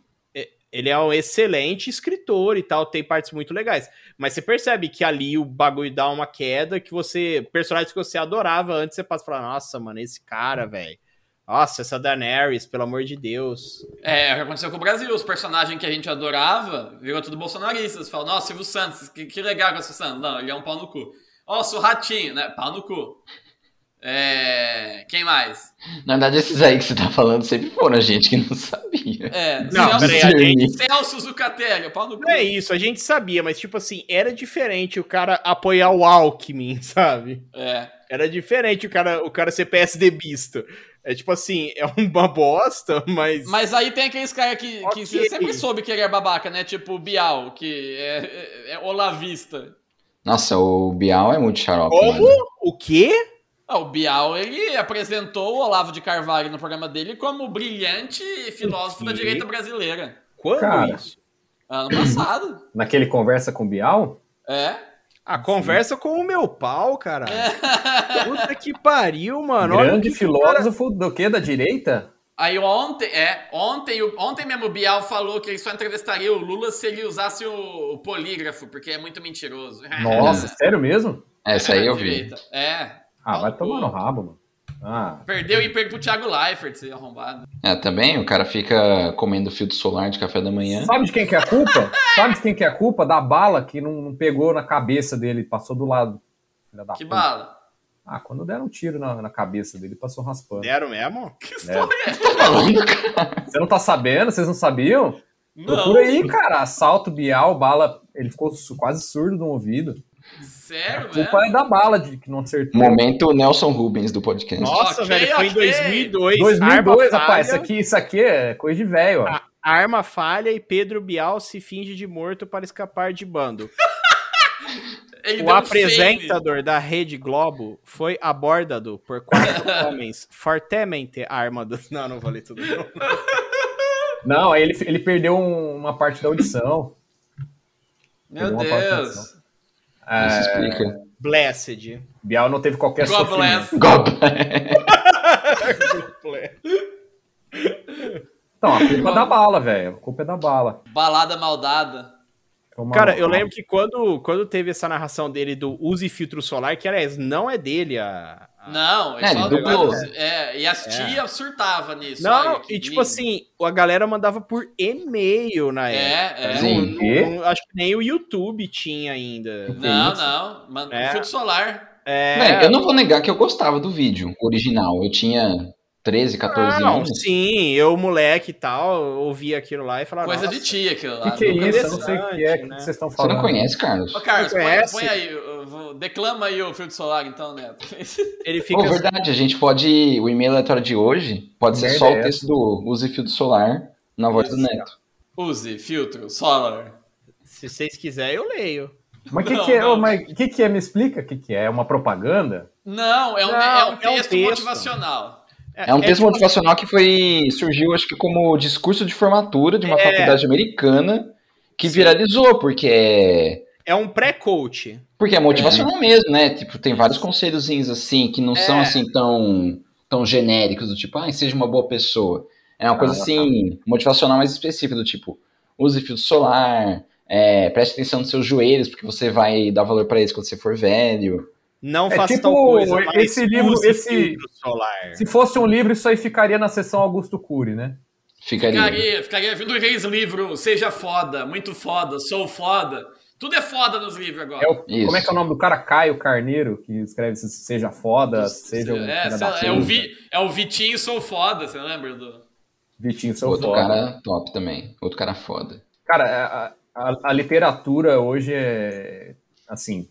Speaker 3: Ele é um excelente escritor e tal, tem partes muito legais. Mas você percebe que ali o bagulho dá uma queda que você. Personagens que você adorava antes, você passa e fala, nossa, mano, esse cara, velho. Nossa, essa Daenerys, pelo amor de Deus.
Speaker 1: É, o que aconteceu com o Brasil. Os personagens que a gente adorava virou tudo bolsonaristas. Falam, nossa, Silvio Santos, que, que legal com o Silvio Santos. Não, ele é um pau no cu. Nossa, o Ratinho, né? Pau no cu. É, quem mais?
Speaker 2: Na verdade, esses aí que você tá falando sempre foram a gente que não sabia.
Speaker 1: É, Celso,
Speaker 3: Não, peraí, a gente.
Speaker 1: Celso Zucatelli, pau no cu.
Speaker 3: Não é isso, a gente sabia, mas tipo assim, era diferente o cara apoiar o Alckmin, sabe?
Speaker 1: É.
Speaker 3: Era diferente o cara, o cara ser PSDBista. É tipo assim, é uma bosta, mas.
Speaker 1: Mas aí tem aqueles caras que, que
Speaker 3: Ok.
Speaker 1: você sempre soube que ele é babaca, né? Tipo o Bial, que é, é- é olavista.
Speaker 2: Nossa, o Bial é muito xarope.
Speaker 3: Como?
Speaker 2: mano.
Speaker 3: O quê?
Speaker 1: Ah, o Bial, ele apresentou o Olavo de Carvalho no programa dele como o brilhante filósofo da
Speaker 3: Ok.
Speaker 1: direita brasileira.
Speaker 3: Quando
Speaker 4: Cara.
Speaker 3: isso?
Speaker 1: Ano passado.
Speaker 4: Naquele conversa com o Bial?
Speaker 1: É.
Speaker 3: A
Speaker 4: assim.
Speaker 3: conversa com o meu pau, cara.
Speaker 1: É.
Speaker 3: Puta que pariu, mano. Olha o
Speaker 4: Grande
Speaker 3: que que o cara-
Speaker 4: filósofo do que? Da direita?
Speaker 1: Aí ontem, é, ontem, o- ontem mesmo o Bial falou que ele só entrevistaria o Lula se ele usasse o, o polígrafo, porque é muito mentiroso.
Speaker 4: Nossa, sério mesmo?
Speaker 2: Essa aí eu vi.
Speaker 1: Direita. É.
Speaker 4: Ah, vai tomar no rabo, mano. Ah,
Speaker 1: Perdeu e perdeu pro Thiago Leifert, se arrombado.
Speaker 2: É, também o cara fica comendo filtro solar de café da manhã.
Speaker 4: sabe de quem que é a culpa? Sabe de quem que é a culpa? Da bala que não, não pegou na cabeça dele, passou do lado. Filha da
Speaker 1: Que
Speaker 4: puta.
Speaker 1: bala.
Speaker 4: Ah, quando deram um tiro na, na cabeça dele, passou raspando.
Speaker 3: Deram mesmo?
Speaker 1: Que história é essa?
Speaker 2: Tá falando, cara?
Speaker 4: Você não tá sabendo? Vocês não sabiam? Procura aí, cara. Assalto, Bial, bala. Ele ficou su- quase surdo no ouvido.
Speaker 1: Sério,
Speaker 4: A
Speaker 1: velho?
Speaker 4: culpa é da bala de que não acertou.
Speaker 2: Momento Nelson Rubens do podcast.
Speaker 3: Nossa,
Speaker 1: Ok,
Speaker 3: velho, foi em
Speaker 1: ok.
Speaker 3: 2002.
Speaker 4: 2002,
Speaker 3: arma
Speaker 4: rapaz. Isso
Speaker 3: falha,
Speaker 4: aqui, isso aqui é coisa de velho, ó.
Speaker 3: Arma falha e Pedro Bial se finge de morto para escapar de bando.
Speaker 1: Ele
Speaker 3: O
Speaker 1: deu um
Speaker 3: apresentador da Rede Globo foi abordado por quatro homens fortemente armados. Não, não vou ler tudo. Não.
Speaker 4: Não, aí ele, ele perdeu um- uma parte da audição.
Speaker 1: fake. Meu
Speaker 4: Pegou uma
Speaker 1: Deus.
Speaker 2: Isso
Speaker 4: É,
Speaker 2: explica.
Speaker 3: Blessed.
Speaker 4: Bial não teve qualquer
Speaker 1: God bless.
Speaker 4: sofrimento.
Speaker 2: Gob.
Speaker 4: Então, a culpa é da bala, velho. A culpa é da bala.
Speaker 1: Balada maldada.
Speaker 4: É uma-
Speaker 3: Cara, eu lembro que quando, quando teve essa narração dele do Use Filtro Solar, que aliás, não é dele a. a-
Speaker 1: Não, é,
Speaker 2: É,
Speaker 1: só
Speaker 2: ele dublou.
Speaker 1: É, e as
Speaker 3: Ah. É.
Speaker 1: tia surtava nisso.
Speaker 3: Não,
Speaker 1: olha, que
Speaker 3: e tipo
Speaker 1: lindo.
Speaker 3: assim, a galera mandava por e-mail na
Speaker 1: É,
Speaker 3: época.
Speaker 1: é.
Speaker 2: Sim.
Speaker 3: Não- não- não- acho que nem o YouTube tinha ainda.
Speaker 1: Não,
Speaker 4: isso?
Speaker 1: não. Mano,
Speaker 3: É.
Speaker 1: Filtro solar.
Speaker 3: É,
Speaker 2: Véi, eu não vou negar que eu gostava do vídeo original. Eu tinha 13, 14
Speaker 3: não,
Speaker 2: anos.
Speaker 3: sim, eu, moleque e tal, ouvia aquilo lá e falava.
Speaker 1: Coisa
Speaker 3: Ah, "Nossa,
Speaker 1: de tia aquilo lá.
Speaker 4: O que, que é
Speaker 1: Nunca vi.
Speaker 4: isso? Eu não sei o que é que
Speaker 3: né?
Speaker 4: vocês estão
Speaker 2: Você
Speaker 4: falando.
Speaker 2: não conhece, Carlos?
Speaker 1: Ô, Carlos,
Speaker 3: Não
Speaker 1: põe,
Speaker 3: conhece?
Speaker 1: põe aí. eu vou- declama aí o filtro solar, então, Neto.
Speaker 3: Ele fica.
Speaker 2: Pô, verdade, a gente pode. O e-mail aleatório de hoje pode ser
Speaker 4: Merda
Speaker 2: só
Speaker 4: é
Speaker 2: o
Speaker 4: essa.
Speaker 2: texto do Use Fio do Solar na voz do Neto.
Speaker 1: Use filtro solar.
Speaker 3: Se vocês quiserem, eu leio.
Speaker 4: Mas o que,
Speaker 1: Não,
Speaker 4: que é?
Speaker 1: não.
Speaker 4: Ô, mas que, que é? Me explica o que, que é? É uma propaganda?
Speaker 1: Não, é um,
Speaker 3: Não,
Speaker 1: é um
Speaker 3: é um
Speaker 1: texto,
Speaker 3: texto.
Speaker 1: motivacional.
Speaker 2: É um texto
Speaker 3: tipo-
Speaker 2: motivacional que foi. surgiu, acho que, como discurso de formatura de uma
Speaker 3: É.
Speaker 2: faculdade americana que viralizou, porque é.
Speaker 3: É um pré-coach.
Speaker 2: Porque é motivacional mesmo, né? Tipo, tem vários conselhozinhos assim que não são
Speaker 3: É.
Speaker 2: assim tão, tão genéricos, do tipo, ah, seja uma boa pessoa. É uma coisa
Speaker 4: Ah,
Speaker 2: assim,
Speaker 3: tá.
Speaker 2: motivacional mais específica, do tipo, use filtro solar, é, preste atenção nos seus joelhos, porque você vai dar valor pra eles quando você for velho.
Speaker 3: Não
Speaker 4: É
Speaker 3: faça
Speaker 4: tipo
Speaker 3: tal coisa. mas
Speaker 4: esse livro,
Speaker 3: use
Speaker 4: esse-
Speaker 3: filtro
Speaker 1: É.
Speaker 3: solar.
Speaker 4: Se fosse um livro, isso aí ficaria na sessão Augusto Cury, né?
Speaker 2: Ficaria.
Speaker 1: Ficaria, ficaria vindo o Reis Livro, seja foda, muito foda, sou foda. Tudo é foda nos livros agora.
Speaker 4: É o-
Speaker 2: Isso.
Speaker 4: como é que é o nome do cara? Caio Carneiro, que escreve se- Seja Foda, Seja um
Speaker 1: é,
Speaker 4: filho
Speaker 1: sei
Speaker 4: da
Speaker 1: lá, é o
Speaker 4: puta.
Speaker 1: Vi- é o Vitinho Sou Foda, você lembra do.
Speaker 4: Vitinho Sou
Speaker 2: Outro
Speaker 4: Foda. Cara,
Speaker 2: cara top também. Outro cara foda.
Speaker 4: a, a- a literatura hoje é, assim,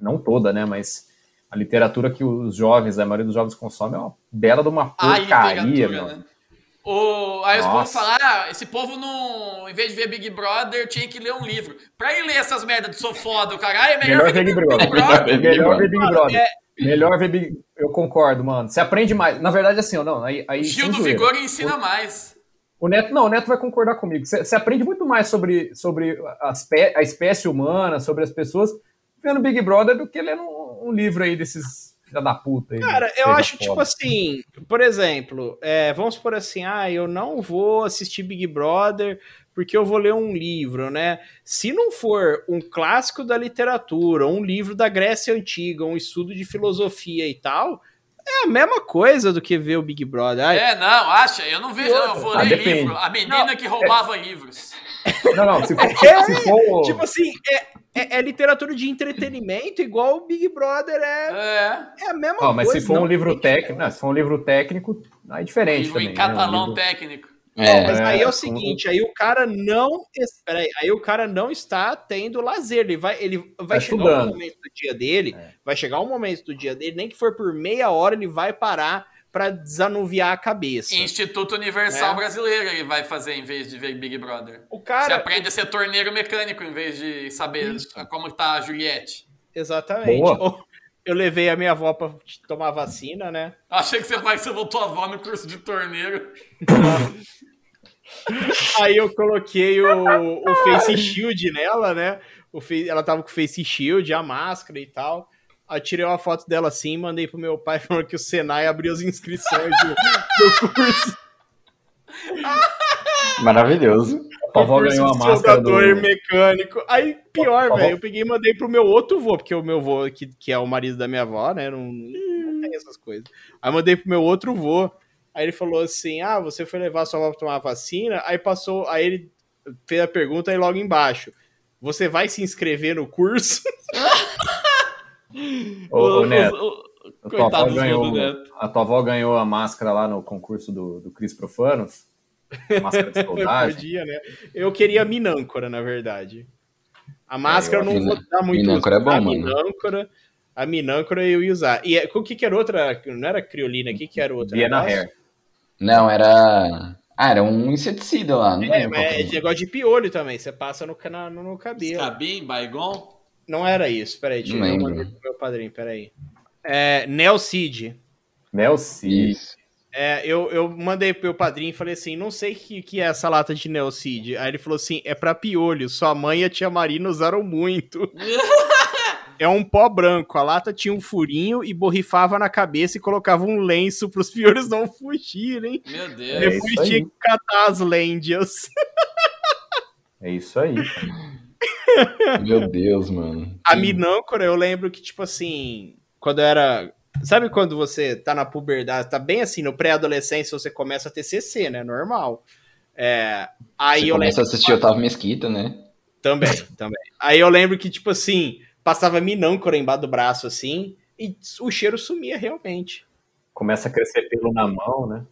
Speaker 4: não toda, né? Mas a literatura que os jovens, a maioria dos jovens consome é uma bela de uma
Speaker 1: A
Speaker 4: porcaria,
Speaker 1: literatura,
Speaker 4: mano.
Speaker 1: né? O, aí os
Speaker 4: Nossa.
Speaker 1: povos falam, ah, esse povo não, em vez de ver Big Brother, tinha que ler um livro. Pra ir ler essas merdas de sou foda, o cara, ah, é melhor,
Speaker 4: Melhor
Speaker 1: ver
Speaker 4: ver Big
Speaker 1: Big
Speaker 4: Brother.
Speaker 1: Brother.
Speaker 4: Melhor ver Big Brother.
Speaker 3: É.
Speaker 4: Melhor ver Big... Eu concordo, mano. Você aprende mais. Na verdade, assim, ó, não, aí... aí
Speaker 1: Gil
Speaker 4: sem
Speaker 1: do
Speaker 4: zoeira.
Speaker 1: Vigor ensina mais.
Speaker 4: O Neto, não, o Neto vai concordar comigo. Você você aprende muito mais sobre, sobre as pe- a espécie humana, sobre as pessoas, vendo Big Brother do que lendo um, um livro aí desses filha da puta. Aí,
Speaker 3: Cara, eu
Speaker 4: seja
Speaker 3: acho,
Speaker 4: foda.
Speaker 3: tipo assim, por exemplo, é, vamos por assim, ah, eu não vou assistir Big Brother porque eu vou ler um livro, né? Se não for um clássico da literatura, um livro da Grécia Antiga, um estudo de filosofia e tal, é a mesma coisa do que ver o Big Brother. Ah,
Speaker 1: É, não, acha? Eu não vejo, não, eu vou
Speaker 4: Ah,
Speaker 1: ler
Speaker 4: depende. é
Speaker 1: livro. A menina que roubava livros.
Speaker 4: Não, não, se for. se- se for-
Speaker 3: assim,
Speaker 4: um-
Speaker 3: Tipo assim, é, é- é literatura de entretenimento, igual o Big Brother é,
Speaker 1: É,
Speaker 3: é a mesma
Speaker 4: Ó, mas
Speaker 3: coisa.
Speaker 4: se for um
Speaker 3: não
Speaker 4: livro
Speaker 3: tem
Speaker 4: técnico, não, se for um livro técnico, aí é diferente
Speaker 1: livro
Speaker 4: também.
Speaker 1: em
Speaker 4: né?
Speaker 1: catalão
Speaker 4: Um livro-
Speaker 1: técnico.
Speaker 3: Não,
Speaker 2: É.
Speaker 3: mas aí é
Speaker 4: É,
Speaker 3: o seguinte, aí o cara não, es- peraí, aí o cara não está tendo lazer, ele vai, ele vai
Speaker 4: Tá
Speaker 3: chegar um
Speaker 4: estudando.
Speaker 3: momento do dia dele, vai chegar um momento do dia dele, nem que for por meia hora ele vai parar para desanuviar a cabeça.
Speaker 1: Instituto Universal
Speaker 3: É.
Speaker 1: Brasileiro ele vai fazer em vez de ver Big Brother.
Speaker 3: O
Speaker 1: Você
Speaker 3: cara,
Speaker 1: aprende a ser torneiro mecânico em vez de saber como tá a Juliette.
Speaker 3: exatamente.
Speaker 4: Boa.
Speaker 3: Eu levei a minha avó para tomar vacina, né?
Speaker 1: Achei que você vai você voltou a avó no curso de torneiro.
Speaker 3: Aí eu coloquei o, o face shield nela, né? O face, ela tava com o face shield, a máscara e tal. Aí eu tirei uma foto dela assim, mandei pro meu pai falando que o Senai abriu as inscrições do, do curso.
Speaker 2: Maravilhoso.
Speaker 4: O avó ganhou uma máscara do...
Speaker 3: soldador mecânico. Aí, pior, velho, eu peguei e mandei pro meu outro vô, porque o meu vô, que, que é o marido da minha avó, né, não, não tem essas coisas. Aí mandei pro meu outro vô, aí ele falou assim, ah, você foi levar sua avó pra tomar a vacina, aí passou, aí ele fez a pergunta aí logo embaixo, você vai se inscrever no curso?
Speaker 4: Ô, ô, Neto, a tua, avó
Speaker 1: Coitado do
Speaker 4: ganhou,
Speaker 1: do Neto.
Speaker 4: a tua avó ganhou a máscara lá no concurso do, do Cris Profanos. a Máscara de soldagem.
Speaker 3: Podia, né? Eu queria a minâncora, na verdade. A máscara eu,
Speaker 2: É, eu-
Speaker 3: não vou dar muito
Speaker 2: minâncora é
Speaker 3: uso.
Speaker 2: bom,
Speaker 3: a
Speaker 2: mano.
Speaker 3: minâncora, a minâncora eu ia usar. E é- o que que era outra? Não era criolina, o que que era outra?
Speaker 4: Viena
Speaker 3: Negócio?
Speaker 4: Hair.
Speaker 2: Não, era. Ah, era um inseticida lá, não
Speaker 3: É,
Speaker 2: lembro
Speaker 3: mas
Speaker 2: qual que
Speaker 3: é
Speaker 2: era.
Speaker 3: negócio de piolho também, você passa no, cana- no, no cabelo.
Speaker 1: Scabim, Baigon.
Speaker 3: Não era isso, peraí, deixa eu
Speaker 2: Não
Speaker 3: eu
Speaker 2: lembro.
Speaker 3: mandei pro meu padrinho, peraí. É, Nelcid.
Speaker 4: Nelson.
Speaker 2: Isso.
Speaker 3: É, eu, eu mandei pro meu padrinho e falei assim, não sei o que, que é essa lata de Nelcid. Aí ele falou assim, é pra piolho, sua mãe e a tia Marina usaram muito. É um pó branco. A lata tinha um furinho e borrifava na cabeça e colocava um lenço pros piores não fugirem.
Speaker 1: Meu
Speaker 4: É
Speaker 1: Deus.
Speaker 4: isso
Speaker 3: Depois tinha
Speaker 4: aí.
Speaker 3: que catar as lêndias.
Speaker 4: É isso aí.
Speaker 2: Meu Deus, mano.
Speaker 3: A minâncora, eu lembro que, tipo assim, quando eu era. Sabe quando você tá na puberdade, tá bem assim, no pré-adolescência, você começa a ter CC, né? Normal. É, aí
Speaker 2: Você
Speaker 3: eu lembro.
Speaker 2: começa a assistir Otávio Mesquita, né?
Speaker 3: Também, também. Aí eu lembro que, tipo assim, passava minâncora embaixo do braço, assim, e o cheiro sumia realmente.
Speaker 4: Começa a crescer pelo na mão, né?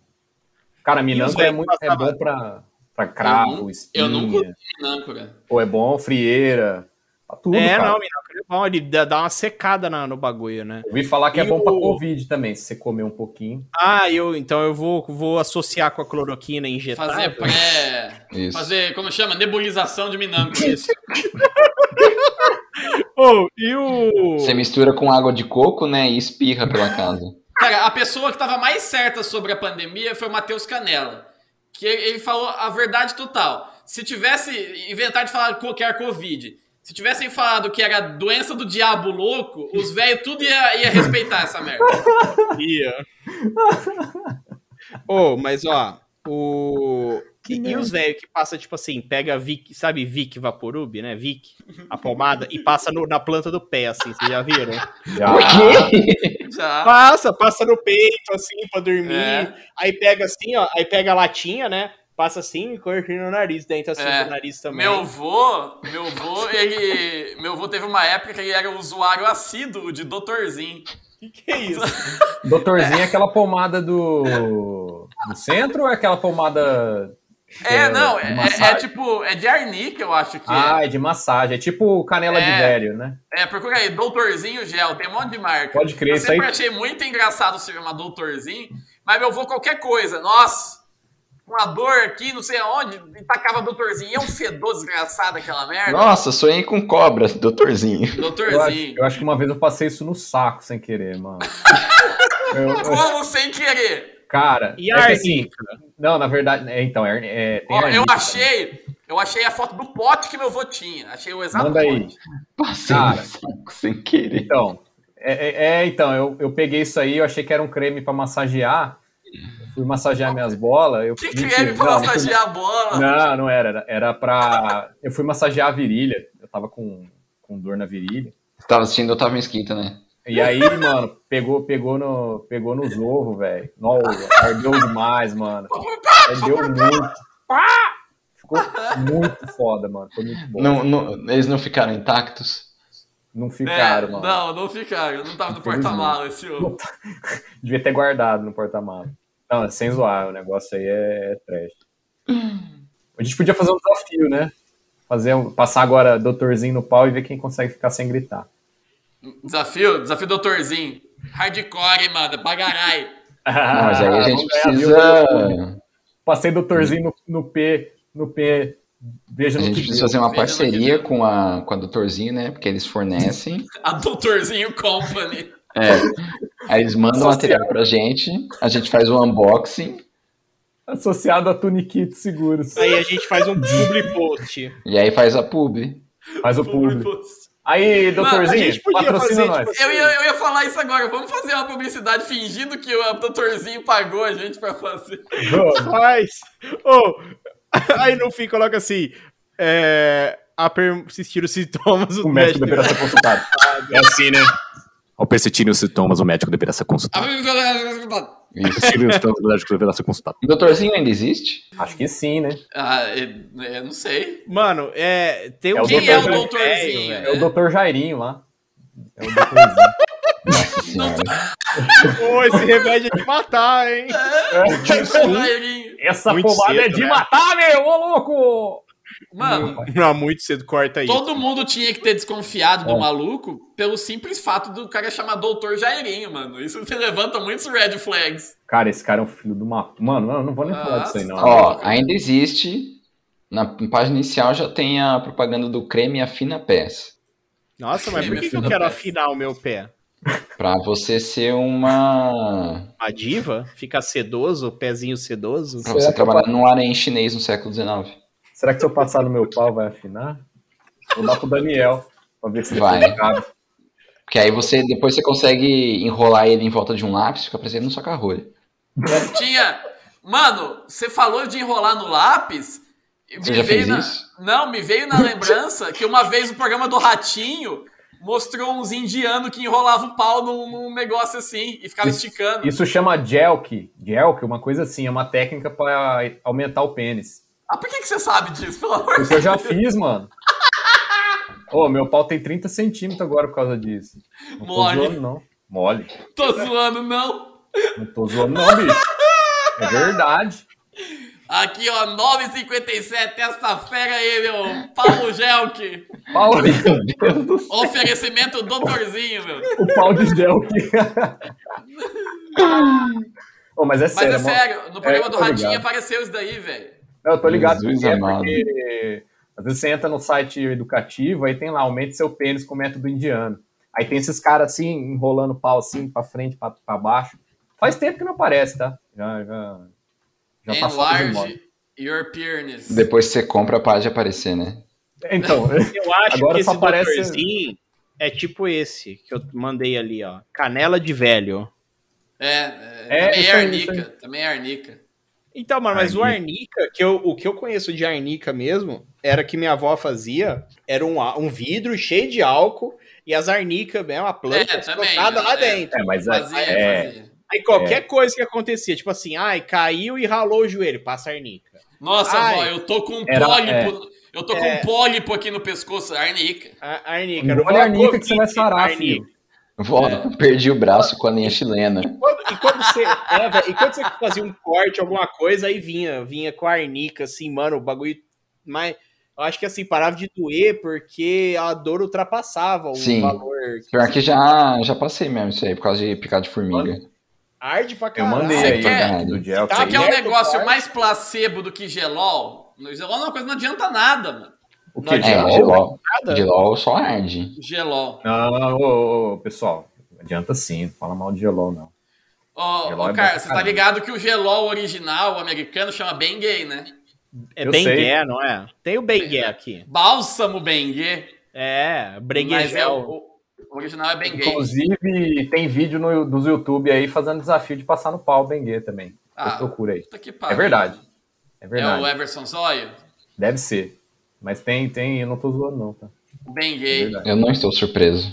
Speaker 4: Cara,
Speaker 3: E os
Speaker 4: Milanco é
Speaker 3: velhos
Speaker 4: muito é
Speaker 3: passavam-
Speaker 4: bom pra, pra cravo, espinha,
Speaker 1: eu nunca Minâncora.
Speaker 4: ou é bom frieira, pra tudo,
Speaker 3: é,
Speaker 4: cara.
Speaker 3: não, minâncora é bom, ele dá dá uma secada na- no bagulho, né?
Speaker 4: Ouvi falar que é
Speaker 3: E
Speaker 4: bom pra
Speaker 3: o-
Speaker 4: Covid também, se você comer um pouquinho.
Speaker 3: Ah, eu então eu vou, vou associar com a cloroquina injetada.
Speaker 1: Fazer pré.
Speaker 2: Isso.
Speaker 1: Fazer, como chama? Nebulização de Minâncora. Isso.
Speaker 3: Oh, e o.
Speaker 2: Você mistura com água de coco, né? E espirra pela casa.
Speaker 1: Cara, a pessoa que tava mais certa sobre a pandemia foi o Matheus Canella. Que ele ele falou a verdade total. Se tivesse inventado de falar qualquer Covid, se tivessem falado que era doença do diabo louco, os velhos tudo ia, ia respeitar essa merda.
Speaker 3: Ia. Ô, mas ó, o. E, e os velhos que passa, tipo assim, pega Vic, sabe Vic Vaporub, né? Vic, a pomada, e passa no- na planta do pé, assim, vocês já viram?
Speaker 4: Já,
Speaker 1: Já.
Speaker 3: Passa, passa no peito, assim, pra dormir.
Speaker 1: É.
Speaker 3: Aí pega assim, ó, aí pega a latinha, né? Passa assim, cortina no nariz, dentro assim
Speaker 1: É.
Speaker 3: do nariz também.
Speaker 1: Meu vô, meu vô, ele. Meu vô teve uma época que ele era usuário assíduo de doutorzinho.
Speaker 3: Que que é isso?
Speaker 4: Doutorzinho é aquela pomada do, do centro ou é aquela pomada.
Speaker 1: É, não,
Speaker 4: de
Speaker 1: é, é- é
Speaker 4: massagem?
Speaker 1: tipo, é de arnica, eu acho que.
Speaker 4: Ah, é de massagem. É tipo canela de
Speaker 1: É.
Speaker 4: velho, né?
Speaker 1: é. é, procura aí, doutorzinho gel, tem um monte de marca.
Speaker 4: Pode crer,
Speaker 1: Eu
Speaker 4: isso aí.
Speaker 1: sempre achei muito engraçado se chamar doutorzinho, mas meu avô qualquer coisa. Nossa, uma dor aqui, não sei aonde, e tacava doutorzinho. E é um fedor desgraçado aquela merda.
Speaker 2: Nossa, sonhei com cobra, doutorzinho.
Speaker 4: Eu acho,
Speaker 1: Doutorzinho.
Speaker 4: eu acho que uma vez eu passei isso no saco sem querer, mano. Eu- eu-
Speaker 1: Como sem querer?
Speaker 4: cara,
Speaker 3: E
Speaker 4: é que
Speaker 3: a
Speaker 4: assim, Não, na verdade, é, então, é, é, tem
Speaker 1: Ó,
Speaker 4: a
Speaker 1: eu
Speaker 4: lista.
Speaker 1: achei. Eu achei a foto do pote que meu avô tinha. Achei o exato
Speaker 4: Manda aí.
Speaker 1: pote.
Speaker 2: Passei
Speaker 4: Cara.
Speaker 2: no saco sem querer.
Speaker 4: Então, é, é- é, então, eu, eu peguei isso aí, eu achei que era um creme pra massagear. Eu fui massagear minhas bolas. Eu,
Speaker 1: Que
Speaker 4: Mentira,
Speaker 1: creme pra
Speaker 4: não,
Speaker 1: massagear a bola.
Speaker 4: Não, não era, era. Era pra. Eu fui massagear a virilha. Eu tava com, com dor na virilha.
Speaker 2: Você tava assistindo Otávio Mesquita, né?
Speaker 4: E aí, mano, pegou, pegou, no, pegou nos ovos, velho. Não, Ardeu demais, mano. Ardeu muito. Ficou muito foda, mano. Foi muito bom. Não,
Speaker 2: Não, não- eles não ficaram intactos?
Speaker 4: ficaram,
Speaker 1: É,
Speaker 4: mano.
Speaker 1: Não, não ficaram. Não tava no
Speaker 4: Infelizmente.
Speaker 1: porta-malas esse ovo.
Speaker 4: Devia ter guardado no porta-malas. Não, é sem zoar, o negócio aí é, é trash. A gente podia fazer um desafio, né? Fazer um- passar agora doutorzinho no pau e ver quem consegue ficar sem gritar.
Speaker 1: Desafio? Desafio doutorzinho. Hardcore, mano. Bagarai.
Speaker 2: Não, mas aí a gente
Speaker 4: Ah, Vamos ganhar viu?
Speaker 2: precisa.
Speaker 4: Passei doutorzinho no, no P, no P. Beijo
Speaker 2: A
Speaker 4: no
Speaker 2: gente
Speaker 4: que
Speaker 2: precisa
Speaker 4: deu.
Speaker 2: fazer uma
Speaker 1: Veja no que
Speaker 2: parceria
Speaker 1: deu.
Speaker 2: com a, com a doutorzinho, né? Porque eles fornecem.
Speaker 1: A doutorzinho company.
Speaker 2: É. Aí eles mandam material pra gente, a gente faz o unboxing
Speaker 4: Associado a Tuniquito Seguros.
Speaker 3: Aí a gente faz um public post.
Speaker 2: e aí faz a pub.
Speaker 4: Faz o público.
Speaker 1: Publicus.
Speaker 4: Aí,
Speaker 3: a
Speaker 4: doutorzinho,
Speaker 3: gente podia
Speaker 4: patrocina
Speaker 3: fazer,
Speaker 4: nós.
Speaker 3: tipo assim,
Speaker 1: Eu ia, eu ia falar isso agora. Vamos fazer uma publicidade fingindo que o doutorzinho pagou a gente pra fazer.
Speaker 4: Vamos.
Speaker 3: Faz. Ô, aí no fim coloca assim: é, a persistir os sintomas, o,
Speaker 4: O um médico
Speaker 3: médico.
Speaker 4: deverá ser consultado.
Speaker 7: É assim, né?
Speaker 5: Ao persistirem os sintomas, o médico deverá ser consultado. Ao
Speaker 2: Isso.
Speaker 5: persistirem os sintomas, o médico deverá ser consultado.
Speaker 2: O doutorzinho ainda existe?
Speaker 4: Acho que sim, né?
Speaker 1: Ah, eu, eu não sei.
Speaker 3: Mano, é. Tem
Speaker 4: É
Speaker 3: um
Speaker 4: o
Speaker 1: Quem é o
Speaker 4: doutor-
Speaker 1: doutorzinho?
Speaker 4: É o
Speaker 1: né?
Speaker 4: doutor Jairinho lá. É o doutorzinho.
Speaker 2: Nossa senhora.
Speaker 3: Pô, esse remédio é de matar, hein?
Speaker 1: Rairinho.
Speaker 4: Essa
Speaker 3: Muito
Speaker 4: pomada é
Speaker 3: cedo,
Speaker 4: de
Speaker 3: né?
Speaker 4: matar, meu! Ô, louco!
Speaker 1: Mano,
Speaker 3: Não, muito cedo, corta aí.
Speaker 1: todo mundo tinha que ter desconfiado
Speaker 4: É.
Speaker 1: do maluco pelo simples fato do cara chamar doutor Jairinho, mano. Isso te levanta muitos red flags.
Speaker 4: Cara, esse cara é um filho de uma. Mano, eu não vou nem Ah, falar disso aí, não.
Speaker 1: Nossa,
Speaker 2: Ó, ainda existe. Na página inicial já tem a propaganda do creme afina pés.
Speaker 3: Nossa, mas por que, que eu
Speaker 2: Filho
Speaker 3: quero
Speaker 1: da
Speaker 3: afinar o meu pé?
Speaker 2: Pra você ser uma.
Speaker 3: A diva? Fica sedoso, o pezinho sedoso?
Speaker 2: Pra você
Speaker 4: Será que eu
Speaker 2: trabalhar no harém chinês no século XIX.
Speaker 4: Será que se eu passar no meu pau vai afinar? Vou dar pro Daniel. Pra ver se ele tá
Speaker 2: Vai.
Speaker 4: tem cara.
Speaker 2: Porque aí você depois você consegue enrolar ele em volta de um lápis, fica parecendo um saca-rolha.
Speaker 1: Tinha. Mano, você falou de enrolar no lápis. e
Speaker 2: Você
Speaker 1: me
Speaker 2: já
Speaker 1: veio
Speaker 2: fez
Speaker 1: na-
Speaker 2: isso?
Speaker 1: Não, me veio na lembrança que uma vez o programa do Ratinho mostrou uns indianos que enrolavam o pau num, num negócio assim e ficavam esticando.
Speaker 4: Isso chama gelk. Gelk, uma coisa assim, é uma técnica pra aumentar o pênis.
Speaker 1: Ah, por que, que você sabe disso, pelo amor de
Speaker 4: Isso eu já fiz, mano. Ô, meu pau tem 30 centímetros agora por causa disso. Não tô
Speaker 1: Mole.
Speaker 4: zoando, não. Mole.
Speaker 1: Deus? Tô zoando, não.
Speaker 4: Não tô zoando, não, bicho. É verdade.
Speaker 1: Aqui, ó, 9h57, esta fera aí, meu. Paulo Gelk.
Speaker 4: Pau,
Speaker 1: Oferecimento doutorzinho, meu.
Speaker 4: o pau de gelk. Ô, mas é
Speaker 1: Mas
Speaker 4: sério,
Speaker 1: é
Speaker 4: mano.
Speaker 1: sério, no programa
Speaker 4: É,
Speaker 1: do
Speaker 4: tô
Speaker 1: Ratinho
Speaker 4: ligado.
Speaker 1: apareceu isso daí, velho.
Speaker 4: Não, eu tô ligado
Speaker 2: Jesus
Speaker 4: porque, é
Speaker 2: amado.
Speaker 4: porque às vezes você entra no site educativo, aí tem lá, aumente seu pênis com método indiano. Aí tem esses caras assim, enrolando o pau assim, pra frente, pra, pra baixo. Faz tempo que não aparece, tá? Já, já, já passou de moda.
Speaker 1: Enlarge your penis.
Speaker 2: Depois você compra pra de aparecer, né?
Speaker 4: Então,
Speaker 3: Eu acho
Speaker 4: Agora
Speaker 3: que esse
Speaker 4: só parece-
Speaker 3: doutorzinho é tipo esse que eu mandei ali, ó. Canela de velho.
Speaker 1: É,
Speaker 4: É,
Speaker 1: é, também é
Speaker 4: isso aí, isso
Speaker 1: arnica. Também é arnica.
Speaker 3: Então, mano, mas o arnica, que eu, o que eu conheço de arnica mesmo, era que minha avó fazia, era um, á- um vidro cheio de álcool e as arnica, né, uma planta
Speaker 1: É, também,
Speaker 3: colocada lá
Speaker 1: é.
Speaker 3: dentro.
Speaker 4: é, mas é,
Speaker 1: Fazia,
Speaker 4: é,
Speaker 1: fazia.
Speaker 3: Aí qualquer coisa que acontecia, tipo assim, ai, caiu e ralou o joelho, passa arnica.
Speaker 1: Nossa,
Speaker 3: Ai,
Speaker 1: vó, eu tô com um
Speaker 4: era-
Speaker 1: pólipo. Eu tô com
Speaker 3: é.
Speaker 1: um pólipo aqui no pescoço, arnica.
Speaker 3: A, arnica.
Speaker 4: Olha
Speaker 3: não
Speaker 4: a
Speaker 3: fala
Speaker 4: arnica que você vai
Speaker 3: Covid,
Speaker 4: sarar,
Speaker 3: arnica.
Speaker 4: filho.
Speaker 2: Vó, perdi o braço com a linha chilena.
Speaker 3: Quando- e quando você, é, velho, e quando você fazia um corte, alguma coisa, aí vinha, vinha com a arnica, assim, mano, o bagulho. Mas eu acho que assim, parava de doer porque a dor ultrapassava o
Speaker 2: Sim.
Speaker 3: valor.
Speaker 2: Pior que já, já passei mesmo isso aí, por causa de picar de formiga.
Speaker 3: Arde pra
Speaker 4: Eu
Speaker 3: caralho.
Speaker 4: mandei
Speaker 1: Você
Speaker 4: aí
Speaker 1: quer?
Speaker 4: do gel.
Speaker 3: Tá,
Speaker 4: que
Speaker 1: Sabe
Speaker 4: aí
Speaker 1: que é um
Speaker 3: certo,
Speaker 1: negócio
Speaker 3: claro.
Speaker 1: mais placebo do que gelol? No gelol é uma coisa que não adianta nada, mano.
Speaker 4: O que,
Speaker 3: Não,
Speaker 2: É,
Speaker 4: gel?
Speaker 2: gelol,
Speaker 3: Nada.
Speaker 2: gelol só arde.
Speaker 1: Gelol.
Speaker 4: Não, ô, ô, pessoal, não adianta sim, não fala mal de gelol, não.
Speaker 1: Ó,
Speaker 4: Gelol
Speaker 1: ó,
Speaker 4: é bom
Speaker 1: cara,
Speaker 4: pra
Speaker 1: você tá
Speaker 4: caralho.
Speaker 1: ligado que o gelol original americano chama Bengue, né?
Speaker 3: É
Speaker 4: Eu
Speaker 3: Bengué,
Speaker 4: sei.
Speaker 3: não é? Tem o Bengué aqui.
Speaker 1: Bálsamo Bengue.
Speaker 3: É,
Speaker 1: Mas é
Speaker 3: Breguejel.
Speaker 1: o, o original é Bengue.
Speaker 4: Inclusive, tem vídeo no, dos YouTube aí fazendo desafio de passar no pau Bengue também.
Speaker 1: Ah,
Speaker 4: Eu procuro aí.
Speaker 1: puta que
Speaker 4: É
Speaker 1: pariu.
Speaker 4: verdade. É
Speaker 1: É
Speaker 4: verdade.
Speaker 1: o Everson Zóio?
Speaker 4: Deve ser. Mas tem, tem, eu não tô zoando, não, tá?
Speaker 1: O
Speaker 4: É
Speaker 1: Bengue.
Speaker 4: verdade.
Speaker 2: Eu não estou surpreso.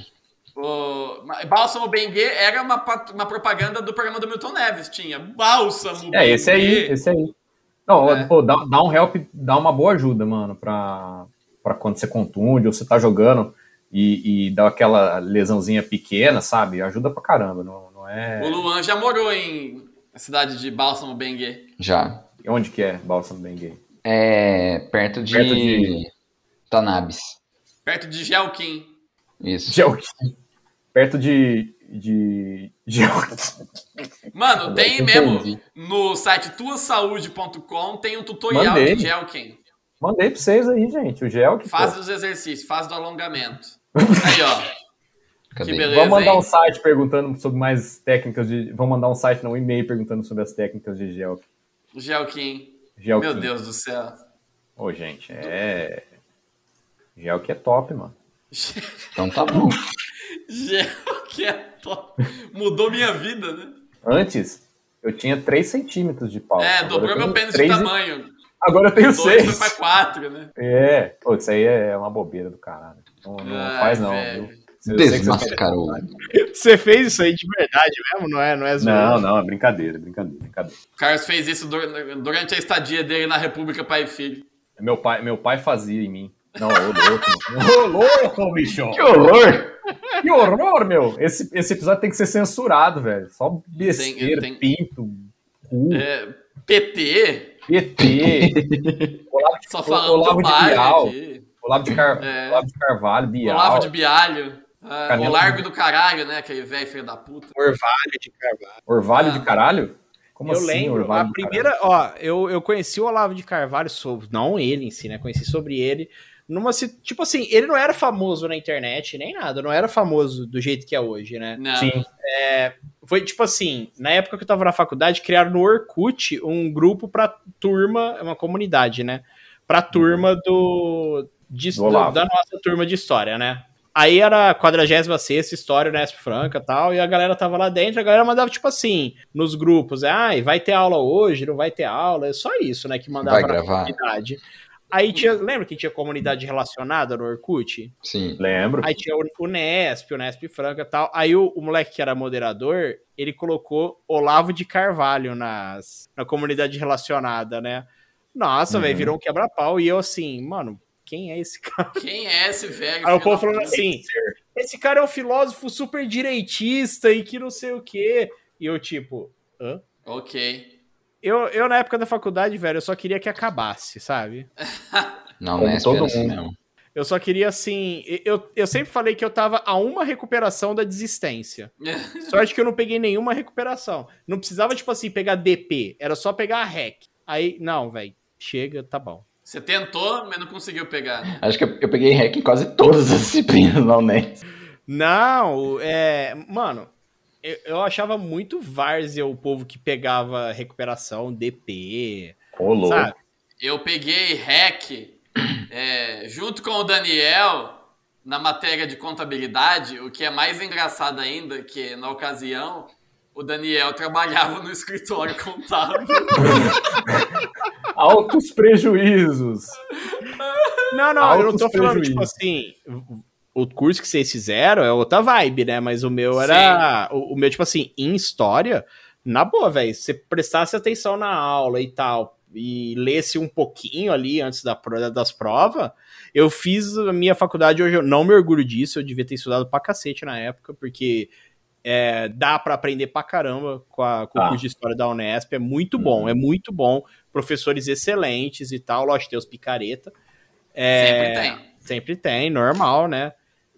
Speaker 1: O ma- Bálsamo Bengue era uma, pat- uma propaganda do programa do Milton Neves, tinha Bálsamo
Speaker 4: É, esse aí,
Speaker 1: Benguê.
Speaker 4: esse aí. Não,
Speaker 1: É.
Speaker 4: pô, dá, dá um help, dá uma boa ajuda, mano, pra, pra quando você contunde ou você tá jogando e, e dá aquela lesãozinha pequena, sabe? Ajuda pra caramba, não, não
Speaker 1: O
Speaker 4: é.
Speaker 1: Luan já morou em na cidade de Bálsamo Bengue.
Speaker 2: Já.
Speaker 4: Onde que é Bálsamo Bengue?
Speaker 2: É perto de,
Speaker 4: Perto de-
Speaker 2: Tanabis.
Speaker 1: Perto de Gelquim.
Speaker 2: Isso.
Speaker 4: Gelkin. Perto de. de. Gelkin.
Speaker 1: Mano, tem
Speaker 4: eu
Speaker 1: mesmo.
Speaker 4: Tá entendi.
Speaker 1: No site tuasaude.com tem um tutorial
Speaker 4: Mandei.
Speaker 1: de Gelquim.
Speaker 4: Mandei pra vocês aí, gente. O Gelkin.
Speaker 1: Fase
Speaker 4: pô.
Speaker 1: dos exercícios, fase do alongamento. Aí, ó.
Speaker 2: Cadê?
Speaker 1: que beleza.
Speaker 4: Vamos mandar
Speaker 1: hein?
Speaker 4: um site perguntando sobre mais técnicas de. Vamos mandar um site, não, um e-mail perguntando sobre as técnicas de Gelkin.
Speaker 1: Gelquim.
Speaker 4: Gelkin.
Speaker 1: Meu Deus do céu.
Speaker 4: Ô, gente, é. Gelkin é top, mano.
Speaker 2: Então tá bom.
Speaker 1: Gel que é top. Mudou minha vida, né?
Speaker 4: Antes, eu tinha 3 centímetros de pau.
Speaker 1: É,
Speaker 4: Agora
Speaker 1: dobrou
Speaker 4: eu tenho
Speaker 1: meu pênis de
Speaker 4: três e-
Speaker 1: tamanho.
Speaker 4: Agora eu tenho
Speaker 1: Dois foi
Speaker 4: 6.
Speaker 1: pra quatro, né?
Speaker 4: É, pô, isso aí é uma bobeira do caralho. Não, não
Speaker 1: Ai,
Speaker 4: faz não,
Speaker 1: Ah, velho.
Speaker 4: viu? Eu sei que você-
Speaker 2: Desmascarou.
Speaker 3: Você fez isso aí de verdade mesmo? Não é, não é
Speaker 4: Não, não, é brincadeira, é brincadeira, é brincadeira.
Speaker 1: O Carlos fez isso dur- durante a estadia dele na República Pai e Filho.
Speaker 4: Meu pai, meu pai fazia em mim. Não, ô louco. Ô louco, bicho.
Speaker 2: Que horror!
Speaker 4: Que horror, meu. Esse, esse episódio tem que ser censurado, velho. Só besteira,
Speaker 1: Tem- tem-
Speaker 4: pinto, cu,
Speaker 1: É, PT,
Speaker 4: PT,
Speaker 1: só
Speaker 4: O-
Speaker 1: falando
Speaker 4: Olavo
Speaker 1: do
Speaker 4: de
Speaker 1: pai
Speaker 4: Bial.
Speaker 1: aqui.
Speaker 4: Olavo de, Car...
Speaker 1: É.
Speaker 4: Olavo de Carvalho, Bial.
Speaker 1: Olavo de Bialho. Ah, o
Speaker 4: Canela.
Speaker 1: Largo do Caralho, né? Aquele velho filho da puta.
Speaker 3: Orvalho de Carvalho.
Speaker 4: Orvalho
Speaker 1: Ah.
Speaker 4: de caralho? Como
Speaker 3: eu
Speaker 4: assim,
Speaker 3: lembro,
Speaker 4: Orvalho
Speaker 3: a
Speaker 4: de
Speaker 3: primeira, ó, eu, eu conheci o Olavo de Carvalho sobre, não ele em si, né? Conheci sobre ele numa si- tipo assim, ele não era famoso na internet nem nada, não era famoso do jeito que é hoje, né?
Speaker 1: Não.
Speaker 4: caralho? Sim.
Speaker 3: Foi tipo assim, na época que eu tava na faculdade, criaram no Orkut um grupo pra turma, é uma comunidade, né? Pra turma do, de-
Speaker 4: Uhum. Do Olavo.
Speaker 3: da nossa turma de história, né? Aí era a 46 história na Esp Franca e tal, e a galera tava lá dentro, a galera mandava tipo assim, nos grupos, ai, vai ter aula hoje, não vai ter aula, é só isso, né, que mandava
Speaker 2: Vai gravar?
Speaker 3: comunidade. Aí tinha, lembra que tinha comunidade relacionada no Orkut?
Speaker 2: Sim.
Speaker 4: Lembro.
Speaker 3: Aí tinha o, o Nesp, o Nesp Franca e tal. Aí o, o moleque que era moderador, ele colocou Olavo de Carvalho nas, na comunidade relacionada, né? Nossa,
Speaker 4: Uhum.
Speaker 3: velho, virou um quebra-pau. E eu assim, mano, quem é esse cara?
Speaker 1: Quem é esse velho?
Speaker 3: Aí o
Speaker 1: filho
Speaker 3: povo
Speaker 1: da
Speaker 3: falando
Speaker 1: puta?
Speaker 3: assim, esse cara é um filósofo super direitista e que não sei o quê. E eu tipo...
Speaker 1: Ok.
Speaker 3: Eu, eu, na época da faculdade, velho, eu só queria que acabasse, sabe?
Speaker 2: Não,
Speaker 4: Como
Speaker 2: né?
Speaker 4: todo
Speaker 2: Espera assim
Speaker 4: mundo.
Speaker 2: mesmo.
Speaker 3: Eu só queria, assim... Eu, eu sempre falei que eu tava a uma recuperação da desistência. Sorte que eu não peguei nenhuma recuperação. Não precisava, tipo assim, pegar DP. Era só pegar a REC. Aí, não, velho. Chega, tá bom.
Speaker 1: Você tentou, mas não conseguiu pegar. né?
Speaker 2: Acho que eu, eu peguei hack em quase todas as disciplinas né? na Unesp.
Speaker 3: Não, é. Mano, eu, eu achava muito várzea o povo que pegava recuperação, DP.
Speaker 4: Ô, louco.
Speaker 3: Sabe?
Speaker 1: Eu peguei REC é, junto com o Daniel na matéria de contabilidade, o que é mais engraçado ainda, que na ocasião o Daniel trabalhava no escritório contábil.
Speaker 4: Altos prejuízos.
Speaker 3: Não, não, eu não tô
Speaker 4: Altos
Speaker 3: falando,
Speaker 4: prejuízos.
Speaker 3: tipo assim. O curso que vocês fizeram é outra vibe, né? Mas o meu era. O, o meu, tipo assim, em história, na boa, velho. Se você prestasse atenção na aula e tal, e lesse um pouquinho ali antes da, pro- das provas, eu fiz a minha faculdade hoje. Eu não me orgulho disso, eu devia ter estudado pra cacete na época, porque. é, dá pra aprender pra caramba com, a- com o
Speaker 4: Tá. Uhum.
Speaker 3: curso de história da Unesp. É muito bom, é muito bom. Professores excelentes e tal. Lógico, tem os picareta. É.
Speaker 1: Sempre tem.
Speaker 3: Sempre tem, normal, né?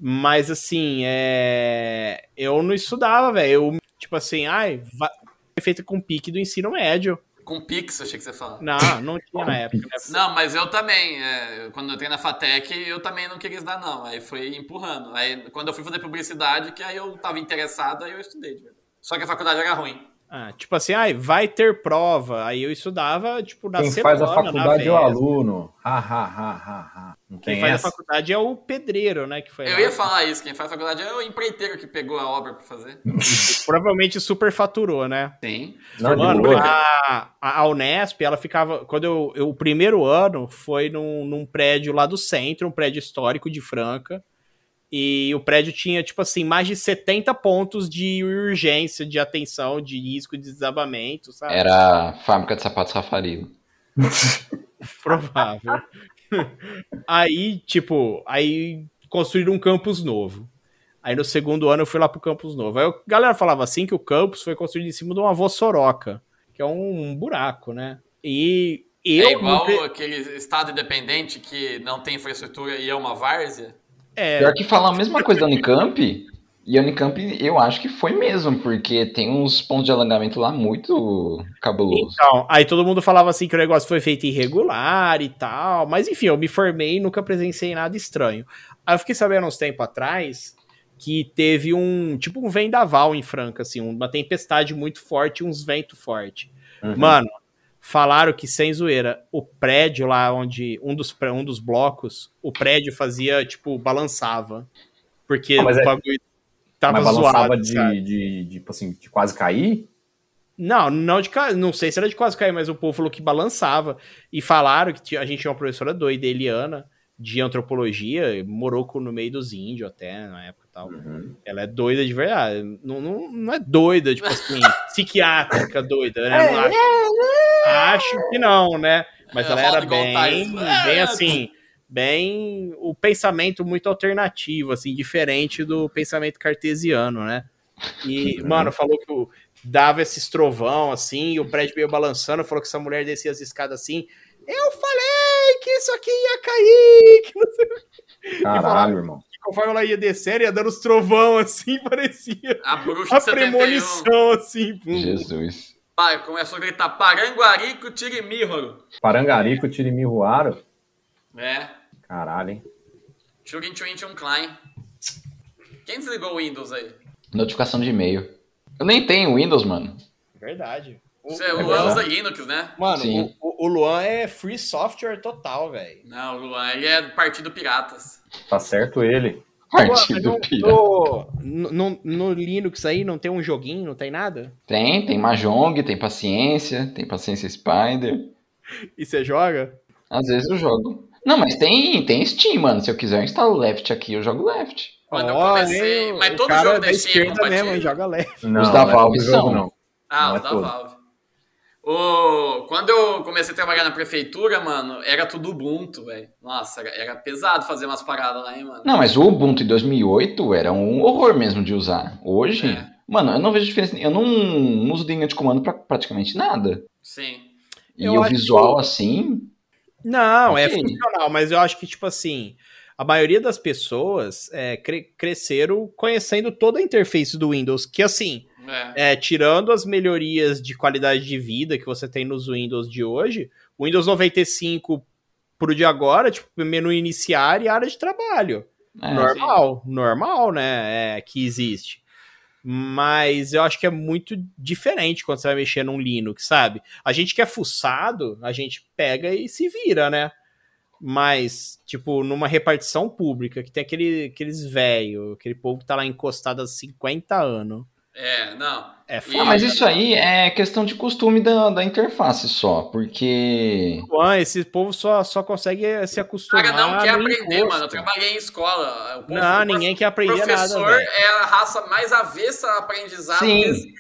Speaker 3: Mas assim, é... eu não estudava, velho. Eu, tipo assim, ai, va... é feita com pique do ensino médio.
Speaker 1: Com Pix, achei que você falava.
Speaker 3: Não, não tinha na época. né?
Speaker 1: Não, mas eu também. é, quando eu entrei na FATEC, eu também não queria estudar, não. Aí foi empurrando. Aí quando eu fui fazer publicidade, que aí eu tava interessado, aí eu estudei. de verdade. Só que a faculdade era ruim.
Speaker 3: Ah, tipo assim, ai, vai ter prova. Aí eu estudava, tipo, na
Speaker 4: Quem
Speaker 3: semana,
Speaker 4: faz a
Speaker 3: na
Speaker 4: faculdade é o
Speaker 3: véspera.
Speaker 4: aluno. Ha, ha, ha, ha, ha. Não
Speaker 3: Quem
Speaker 4: tem
Speaker 3: faz a
Speaker 4: essa.
Speaker 3: faculdade é o pedreiro, né? Que foi
Speaker 1: Eu
Speaker 3: lá.
Speaker 1: ia falar isso, quem faz faculdade é o empreiteiro que pegou a obra pra fazer.
Speaker 3: Provavelmente superfaturou, né?
Speaker 1: Sim.
Speaker 4: Não, de
Speaker 3: Mano,
Speaker 4: boa.
Speaker 3: a, a Unesp, ela ficava. Quando eu, eu- O primeiro ano foi num, num prédio lá do centro, um prédio histórico de Franca. E o prédio tinha, tipo assim, mais de 70 pontos de urgência, de atenção, de risco, de desabamento, sabe?
Speaker 2: Era a fábrica de sapatos Rafarilo.
Speaker 3: Provável. aí, tipo, aí construíram um campus novo. Aí no segundo ano eu fui lá pro campus novo. Aí a galera falava assim que o campus foi construído em cima de uma vossoroca, que é um buraco, né? E eu
Speaker 1: é igual
Speaker 3: nunca-
Speaker 1: aquele estado independente que não tem infraestrutura e é uma várzea.
Speaker 3: é,
Speaker 2: Pior que falar a mesma coisa da Unicamp, e a Unicamp eu acho que foi mesmo, porque tem uns pontos de alongamento lá muito cabuloso.
Speaker 3: então, aí todo mundo falava assim que o negócio foi feito irregular e tal, mas enfim, eu me formei e nunca presenciei nada estranho. Aí eu fiquei sabendo uns tempo atrás que teve um, tipo um vendaval em Franca, assim, uma tempestade muito forte, uns ventos fortes.
Speaker 4: Uhum.
Speaker 3: Mano, falaram que, sem zoeira, o prédio lá onde. Um dos, pré- um dos blocos, o prédio fazia, tipo, balançava. Porque
Speaker 4: Ah, mas é-
Speaker 3: o bagulho tava
Speaker 4: Mas balançava
Speaker 3: zoado. sabe?
Speaker 4: de, de, de, tipo assim, de quase cair.
Speaker 3: Não, não de ca- não sei se era de quase cair, mas o povo falou que balançava. E falaram que tinha- a gente tinha uma professora doida, Eliana, de antropologia, e morou com- no meio dos índios até na época e tal. Ela é doida de verdade. Não, não, não é doida, tipo assim, psiquiátrica doida, né? Não acho, acho que não, né? Mas
Speaker 1: É,
Speaker 3: ela era
Speaker 1: roda igual
Speaker 3: bem,
Speaker 1: Tarzan. É,
Speaker 3: bem
Speaker 1: é.
Speaker 3: assim, bem o pensamento muito alternativo, assim, diferente do pensamento cartesiano, né? E, mano, falou que o- dava esse trovão assim, e o prédio veio balançando, falou que essa mulher descia as escadas assim. Eu falei que isso aqui ia cair, que não sei o
Speaker 4: Caralho, irmão.
Speaker 3: que. Conforme ela ia descer, ia dando os trovão assim, parecia
Speaker 1: A bruxa
Speaker 3: a
Speaker 1: de 71.
Speaker 3: premonição assim. pum.
Speaker 2: Jesus.
Speaker 1: Pai, começou a gritar Paranguarico Tirimíro.
Speaker 4: Parangarico, Tirimiruaro.
Speaker 1: É.
Speaker 4: Caralho, hein?
Speaker 1: Turing Twintion Klein. Quem desligou o Windows aí?
Speaker 2: Notificação de e-mail. Eu nem tenho Windows, mano.
Speaker 3: Verdade. O,
Speaker 1: Você, o
Speaker 2: é
Speaker 1: Luan
Speaker 2: verdade.
Speaker 1: usa Linux, né?
Speaker 3: mano,
Speaker 2: Sim.
Speaker 3: o- o, o Luan é free software total, velho.
Speaker 1: Não, o Luan, ele é do Partido Piratas.
Speaker 4: Tá certo ele.
Speaker 2: Partido Pira.
Speaker 3: No, no- no Linux aí não tem um joguinho, não tem nada?
Speaker 2: Tem, tem Mahjong, tem Paciência, tem Paciência Spider.
Speaker 3: E você joga?
Speaker 2: Às vezes eu jogo. Não, mas tem, tem Steam, mano. Se eu quiser, eu instalo Left aqui, eu jogo Left.
Speaker 1: Quando eu
Speaker 3: Ó,
Speaker 1: comecei-
Speaker 3: hein,
Speaker 1: mas
Speaker 3: o
Speaker 1: todo
Speaker 3: cara
Speaker 1: jogo
Speaker 3: é
Speaker 1: da
Speaker 3: da
Speaker 1: Steam é
Speaker 3: esquerda
Speaker 1: compatível.
Speaker 3: mesmo, hein, joga leve.
Speaker 4: Não,
Speaker 2: Os da
Speaker 4: não é
Speaker 2: Valve
Speaker 4: todo jogo,
Speaker 2: são.
Speaker 4: não.
Speaker 1: Ah,
Speaker 4: Não
Speaker 1: o
Speaker 4: é
Speaker 1: da
Speaker 4: todo.
Speaker 1: Valve. O... Quando eu comecei a trabalhar na prefeitura, mano, era tudo Ubuntu, velho. Nossa, era, era pesado fazer umas paradas lá, hein, mano.
Speaker 2: Não, mas o Ubuntu em 2008 era um horror mesmo de usar. Hoje,
Speaker 1: É.
Speaker 2: mano, eu não vejo diferença. Eu não, não uso linha de comando pra praticamente nada.
Speaker 1: Sim.
Speaker 2: E
Speaker 3: Eu
Speaker 2: o
Speaker 3: acho que-
Speaker 2: visual assim.
Speaker 3: Não, é
Speaker 2: Ok.
Speaker 3: funcional, mas eu acho que, tipo assim, a maioria das pessoas é, cre- cresceram conhecendo toda a interface do Windows, que assim,
Speaker 1: É.
Speaker 3: é, tirando as melhorias de qualidade de vida que você tem nos Windows de hoje, o Windows 95 pro de agora, tipo, menu iniciar e área de trabalho.
Speaker 2: é,
Speaker 3: normal, normal, né? É, que existe. Mas eu acho que é muito diferente quando você vai mexer num Linux, sabe? A gente que é fuçado, a gente pega e se vira, né? Mas, tipo, numa repartição pública, que tem aquele, aqueles velho, aquele povo que tá lá encostado há 50 anos.
Speaker 1: É, não.
Speaker 3: É
Speaker 2: Ah,
Speaker 3: foda.
Speaker 2: mas isso aí é questão de costume da, da interface só, porque.
Speaker 3: Juan, esse povo só, só consegue eh, se
Speaker 1: O
Speaker 3: acostumar.
Speaker 1: cara não quer
Speaker 3: no
Speaker 1: aprender,
Speaker 3: encosto.
Speaker 1: mano. Eu trabalhei em escola. O povo-
Speaker 3: Não,
Speaker 1: o
Speaker 3: ninguém quer
Speaker 1: prof-
Speaker 3: aprender nada.
Speaker 1: professor
Speaker 3: velho.
Speaker 1: é a raça mais avessa a aprendizado.
Speaker 2: Sim.
Speaker 1: que É. existe.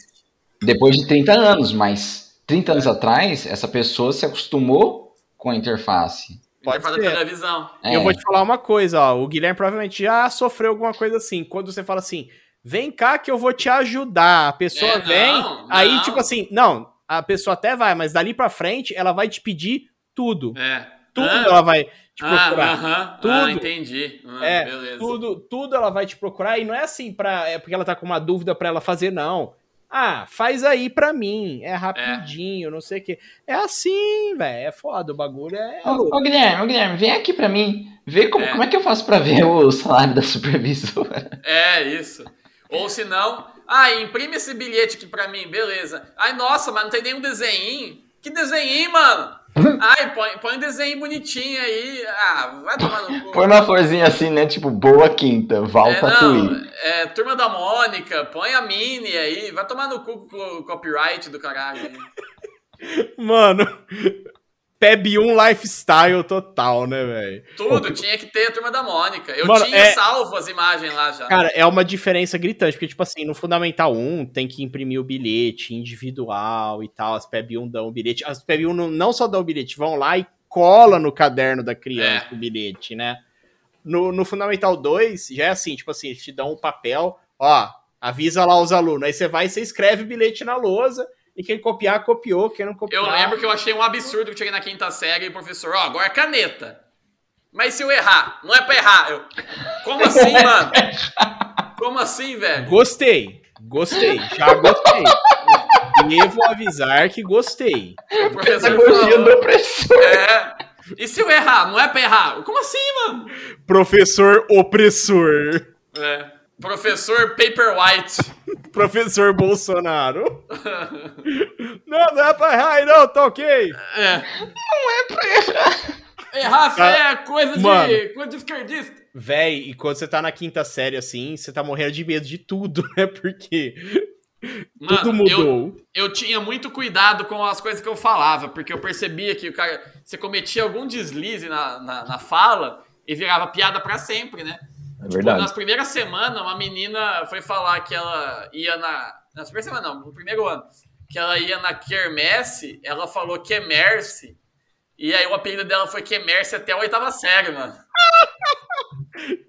Speaker 2: Depois de 30 anos, mas 30 anos atrás, essa pessoa se acostumou com a interface.
Speaker 3: Pode
Speaker 1: Interface
Speaker 3: ser.
Speaker 1: da televisão.
Speaker 2: É,
Speaker 3: Eu vou te falar uma coisa, ó. O Guilherme provavelmente já sofreu alguma coisa assim. Quando você fala assim, vem cá que eu vou te ajudar. A pessoa
Speaker 1: É, não,
Speaker 3: vem,
Speaker 1: não.
Speaker 3: aí tipo assim, não, a pessoa até vai, mas dali pra frente ela vai te pedir tudo.
Speaker 1: É.
Speaker 3: Tudo
Speaker 1: Ah,
Speaker 3: ela vai te
Speaker 1: ah,
Speaker 3: procurar.
Speaker 1: aham.
Speaker 3: Tudo.
Speaker 1: Ah, entendi. Ah,
Speaker 3: É,
Speaker 1: beleza.
Speaker 3: Tudo, tudo ela vai te procurar e não é assim pra, é porque ela tá com uma dúvida pra ela fazer não. Ah, faz aí pra mim, é rapidinho, não sei o quê. É assim, velho, é foda, o bagulho é
Speaker 2: Ô, ô, Guilherme, ô, Guilherme, vem aqui pra mim. Vê como,
Speaker 1: É.
Speaker 2: como é que eu faço pra ver o salário da supervisora.
Speaker 1: É, isso. Ou se não, ah, imprime esse bilhete aqui pra mim, beleza. Ai, nossa, mas não tem nenhum desenho. Que desenho, mano? Ai, põe, põe um desenho bonitinho aí. Ah, vai tomar no cu.
Speaker 2: Põe uma florzinha assim, né? Tipo, boa quinta, Val
Speaker 1: é,
Speaker 2: Tatuí.
Speaker 1: não, é, turma da Mônica, põe a Mini aí, vai tomar no cu com o copyright do caralho. né?
Speaker 3: Mano, Peb 1 lifestyle total, né, velho?
Speaker 1: Tudo, tinha que ter a turma da Mônica. Eu
Speaker 3: Mano,
Speaker 1: tinha
Speaker 3: é-
Speaker 1: salvo as imagens lá já.
Speaker 3: Cara, é uma diferença gritante, porque, tipo assim, no Fundamental 1 tem que imprimir o bilhete individual e tal, as Peb 1 dão o bilhete. As Peb 1 não, não só dão o bilhete, vão lá e cola no caderno da criança
Speaker 1: É.
Speaker 3: o bilhete, né? No, no Fundamental 2 já é assim, tipo assim, eles te dão um papel, ó, avisa lá os alunos, aí você vai e você escreve o bilhete na lousa, e quem copiar, copiou, quem não copiar...
Speaker 1: Eu lembro que eu achei um absurdo que eu cheguei na quinta série e o professor, ó, agora é caneta. Mas se eu errar? Não é pra errar. Eu, Como assim, mano? Como assim, velho?
Speaker 3: Gostei, gostei, já gostei. Devo avisar que gostei.
Speaker 1: O
Speaker 2: Tá
Speaker 1: professor
Speaker 2: Pedagogia
Speaker 1: falou.
Speaker 2: do opressor.
Speaker 1: É. E se eu errar? Não é pra errar. Eu, Como assim, mano?
Speaker 3: Professor opressor.
Speaker 1: É. Professor Paperwhite.
Speaker 3: Professor Bolsonaro. não, não é pra errar, aí, não, tá ok.
Speaker 1: É. Errar
Speaker 3: Tá.
Speaker 1: é coisa de,
Speaker 3: Mano.
Speaker 1: coisa de esquerdista.
Speaker 3: Véi, e quando você tá na quinta série assim, você tá morrendo de medo de tudo, né? Porque
Speaker 1: Mano,
Speaker 3: tudo
Speaker 1: Eu,
Speaker 3: mudou.
Speaker 1: eu tinha muito cuidado com as coisas que eu falava, porque eu percebia que o cara. Você cometia algum deslize na, na, na fala e virava piada pra sempre, né?
Speaker 4: É
Speaker 1: Tipo,
Speaker 4: verdade.
Speaker 1: nas primeiras semanas, uma menina foi falar que ela ia na. Nas primeiras semanas, não, no primeiro ano. Que ela ia na Quermesse, ela falou Quermesse. E aí o apelido dela foi Quermesse até a oitava série, mano.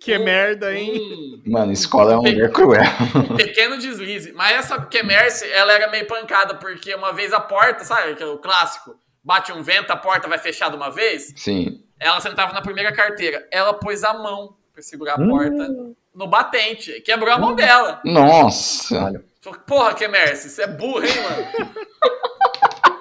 Speaker 3: Que merda, hein?
Speaker 1: Um
Speaker 2: Mano, escola é um lugar cruel.
Speaker 1: pequeno deslize. Mas essa Quermesse, ela era meio pancada, porque uma vez a porta, sabe, que é o clássico. Bate um vento, a porta vai fechar de uma vez.
Speaker 2: Sim.
Speaker 1: Ela sentava na primeira carteira. Ela pôs a mão pra segurar a
Speaker 4: Hum.
Speaker 1: porta no batente. Quebrou a mão dela.
Speaker 2: Nossa!
Speaker 1: Falou, Porra, Kemerce, você é burro, hein, mano?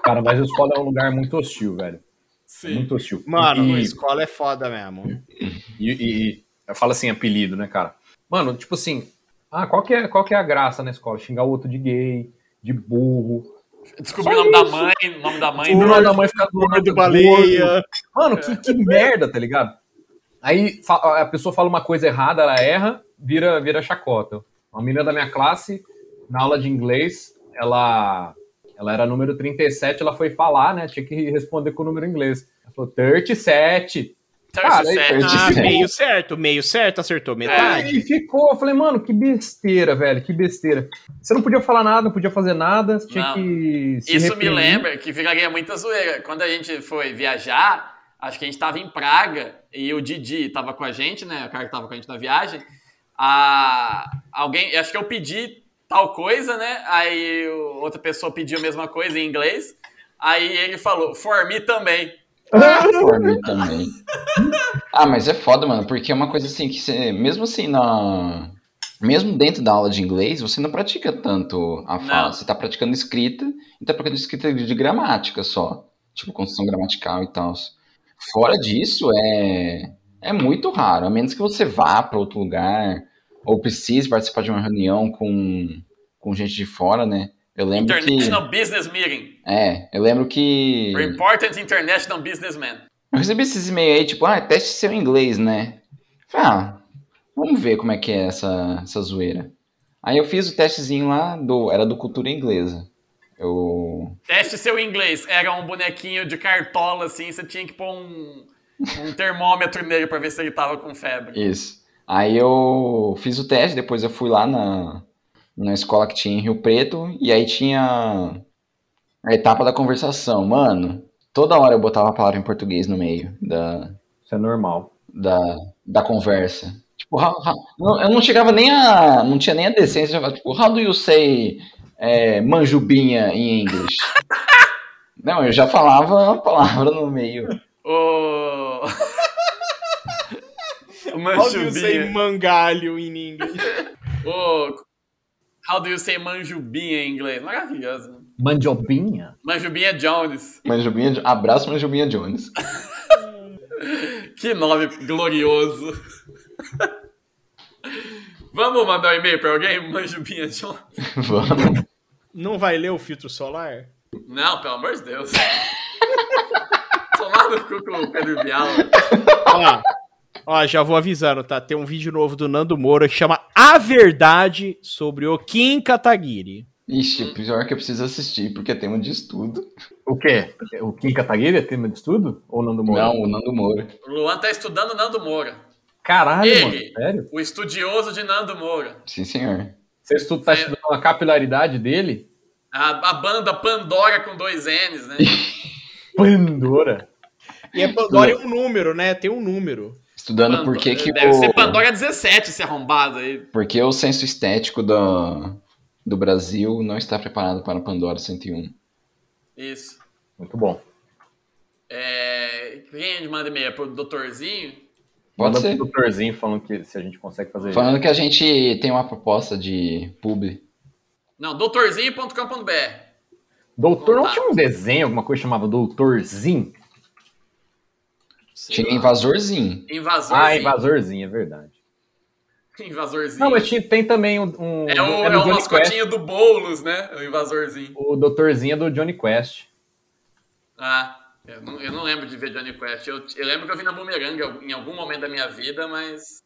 Speaker 4: Cara, mas a escola é um lugar muito hostil, velho.
Speaker 1: Sim.
Speaker 4: Muito hostil.
Speaker 3: Mano,
Speaker 4: e,
Speaker 3: escola é foda mesmo.
Speaker 4: e, e, e- eu falo assim, apelido, né, cara? Mano, tipo assim, ah, qual que, é, qual que é a graça na escola? Xingar o outro de gay, de burro.
Speaker 1: Descobri o nome da mãe, o nome da mãe.
Speaker 4: O
Speaker 1: né?
Speaker 4: nome da mãe ficar
Speaker 3: Gordo, é baleia.
Speaker 1: É.
Speaker 4: Mano, que, que merda, tá ligado? Aí fa- a pessoa fala uma coisa errada, ela erra, vira, vira chacota. Uma menina da minha classe, na aula de inglês, ela, ela era número 37, ela foi falar, né? Tinha que responder com o número em inglês. Ela falou 37. Cara, aí-
Speaker 1: 37.
Speaker 3: Ah,
Speaker 2: Diferente.
Speaker 3: meio certo, meio certo, acertou metade.
Speaker 4: Aí ficou, eu falei, mano, que besteira, velho, que besteira. Você não podia falar nada, não podia fazer nada, você tinha
Speaker 1: Não.
Speaker 4: que. se
Speaker 1: Isso me
Speaker 4: reprimir.
Speaker 1: lembra que viraria muita zoeira. Quando a gente foi viajar, acho que a gente tava em Praga e o Didi tava com a gente, né? O cara que tava com a gente na viagem. Ah, alguém, acho que eu pedi tal coisa, né? Aí o- outra pessoa pediu a mesma coisa em inglês. Aí ele falou, for me também.
Speaker 2: Por mim também. Ah, mas é foda, mano, porque é uma coisa assim que você, mesmo assim, na. Mesmo dentro da aula de inglês, você não pratica tanto a fala.
Speaker 1: Não.
Speaker 2: Você tá praticando escrita e tá praticando escrita de gramática só. Tipo, construção gramatical e tal. Fora disso, é. É muito raro, a menos que você vá para outro lugar ou precise participar de uma reunião com, com gente de fora, né? Eu lembro que.
Speaker 1: International Business Meeting.
Speaker 2: É, eu lembro que.
Speaker 1: For Important International Businessman.
Speaker 2: Eu recebi esses e-mails aí, tipo, ah, teste seu inglês, né? Falei, ah, vamos ver como é que é essa, essa zoeira. Aí eu fiz o testezinho lá, do, era do Cultura Inglesa. Eu.
Speaker 1: Teste seu inglês. Era um bonequinho de cartola, assim, você tinha que pôr um, um termômetro nele pra ver se ele tava com febre.
Speaker 2: Isso. Aí eu fiz o teste, depois eu fui lá na, na escola que tinha em Rio Preto, e aí tinha a etapa da conversação. Mano, toda hora eu botava a palavra em português no meio da,
Speaker 4: Isso é normal.
Speaker 2: da, da conversa. Tipo, how- how- não- eu não chegava nem a. Não tinha nem a decência. de falar, Tipo, how do you say é, manjubinha em inglês? não, eu já falava a palavra no meio.
Speaker 1: Ô. É,
Speaker 3: How do you say
Speaker 1: manjubinha.
Speaker 3: mangalho em inglês?
Speaker 1: Ô. How do you say manjubinha em inglês? é Maravilhoso. né?
Speaker 4: Mandiobinha?
Speaker 1: Manjubinha Jones.
Speaker 2: Manjubinha, Jo- abraço, Manjubinha Jones.
Speaker 1: Que nome glorioso. Vamos mandar um e-mail pra alguém? Manjubinha Jones.
Speaker 2: Vamos.
Speaker 3: Não vai ler o filtro solar?
Speaker 1: Não, pelo amor de Deus. Tomar no cu com o Pedro Bial.
Speaker 3: Ó, ó, já vou avisando, tá? Tem um vídeo novo do Nando Moura que chama A Verdade sobre o Kim Kataguiri.
Speaker 2: Ixi, o pior é que eu preciso assistir, porque é tema de estudo.
Speaker 4: O quê? O Kim Kataguiri é tema de estudo? Ou Nando Moura?
Speaker 2: Não, o Nando Moura.
Speaker 1: O Luan tá estudando Nando Moura.
Speaker 4: Caralho,
Speaker 1: Ele.
Speaker 4: mano, sério?
Speaker 1: O estudioso de Nando Moura.
Speaker 2: Sim, senhor.
Speaker 4: Você estuda, tá estudando a capilaridade dele?
Speaker 1: A, a banda Pandora com dois N's, né?
Speaker 4: Pandora.
Speaker 3: E é Pandora é um número, né? Tem um número.
Speaker 2: Estudando
Speaker 1: Pando-
Speaker 2: por que que
Speaker 1: é, Deve
Speaker 2: o...
Speaker 1: ser Pandora 17 esse arrombado aí.
Speaker 2: Porque o censo estético do, do Brasil não está preparado para Pandora 101.
Speaker 1: Isso.
Speaker 4: Muito bom.
Speaker 1: É... Quem manda e-mail? Pro doutorzinho?
Speaker 2: Pode
Speaker 4: Manda
Speaker 2: ser.
Speaker 4: pro doutorzinho falando que se a gente consegue fazer isso.
Speaker 2: Falando que a gente tem uma proposta de publi.
Speaker 1: Não, doutorzinho.com.br.
Speaker 4: Doutor,
Speaker 1: Tá.
Speaker 4: não tinha um desenho, alguma coisa chamava Doutorzinho?
Speaker 2: Tinha invasorzinho.
Speaker 1: Invasorzinho.
Speaker 4: Ah, invasorzinho, é verdade.
Speaker 1: Invasorzinho.
Speaker 4: Ah, Não, mas tinha- tem também um. um-
Speaker 1: é o,
Speaker 4: é
Speaker 1: é
Speaker 4: do
Speaker 1: o
Speaker 4: Johnny Quest.
Speaker 1: mascotinho do Boulos, né? O invasorzinho.
Speaker 4: O doutorzinho é do Johnny Quest.
Speaker 1: Ah, eu não, eu não lembro de ver Johnny Quest. Eu, eu lembro que eu vi na Boomerang em algum momento da minha vida, mas.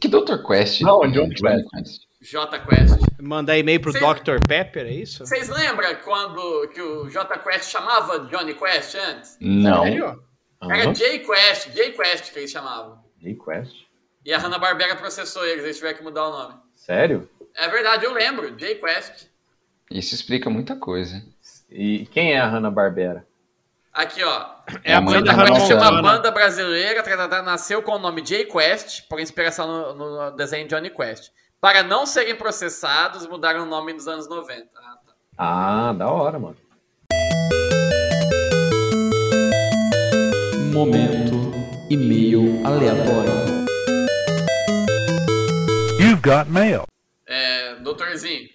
Speaker 2: Que Dr. Quest?
Speaker 4: Não, Johnny
Speaker 1: é?
Speaker 4: Quest.
Speaker 1: J Quest.
Speaker 3: Mandar e-mail pro
Speaker 1: Sim.
Speaker 3: Dr. Pepper, é isso?
Speaker 1: Vocês lembram quando que o J Quest chamava Johnny Quest antes?
Speaker 2: Não.
Speaker 3: Sério?
Speaker 1: Era
Speaker 4: Aham,
Speaker 1: J Quest, J Quest que eles chamavam.
Speaker 4: Johnny Quest.
Speaker 1: E a Hanna-Barbera processou eles, eles tiveram que mudar o nome.
Speaker 4: Sério?
Speaker 1: É verdade, eu lembro, J Quest.
Speaker 2: Isso explica muita coisa.
Speaker 4: E quem é a Hanna-Barbera?
Speaker 1: Aqui, ó.
Speaker 3: É a
Speaker 2: Minha
Speaker 3: mãe
Speaker 1: J
Speaker 3: da Hannah
Speaker 1: Quest é uma
Speaker 3: Montana.
Speaker 1: banda brasileira tratada, nasceu com o nome J Quest, por inspiração no, no desenho Johnny Quest. Para não serem processados, mudaram o nome nos anos 90. Ah, tá.
Speaker 4: Ah, da hora, mano.
Speaker 7: Momento e-mail aleatório.
Speaker 8: You've got mail.
Speaker 1: É, doutorzinho,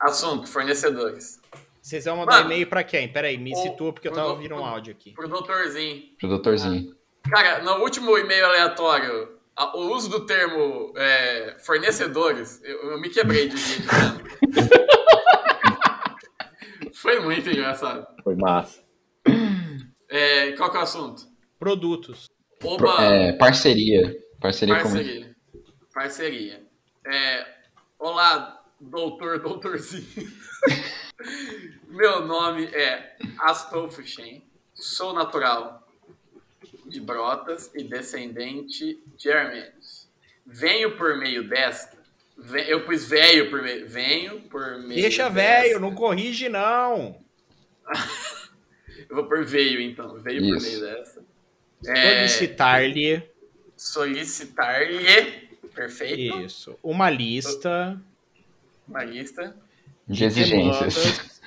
Speaker 1: assunto, fornecedores.
Speaker 3: Vocês vão mandar
Speaker 1: Mano.
Speaker 3: e-mail pra quem? Peraí, me
Speaker 1: Ô,
Speaker 3: situa porque eu tava
Speaker 1: mandou-
Speaker 3: ouvindo um áudio aqui.
Speaker 1: Pro doutorzinho.
Speaker 2: Pro
Speaker 1: Ah.
Speaker 2: doutorzinho.
Speaker 1: Cara, no último e-mail aleatório, a- o uso do termo é, fornecedores, eu, eu me quebrei de gente. Foi muito engraçado.
Speaker 4: Foi massa.
Speaker 1: É, qual que é o assunto?
Speaker 3: Produtos.
Speaker 2: Pro-
Speaker 1: Oba!
Speaker 2: é, parceria. Parceria com.
Speaker 1: Parceria. Parceria. É, olá, doutor, doutorzinho. Meu nome é Astolfo Shen. Sou natural de Brotas e descendente de armênios. Venho por meio desta. ve- Eu pus velho por meio. Venho por meio.
Speaker 3: Deixa
Speaker 1: desta-
Speaker 3: velho, não corrige não.
Speaker 1: Eu vou por veio, então. Veio por
Speaker 2: Isso.
Speaker 1: meio dessa. É,
Speaker 3: Solicitar-lhe
Speaker 1: Solicitar-lhe. Perfeito.
Speaker 3: isso, uma lista
Speaker 1: Uma lista.
Speaker 2: De exigências.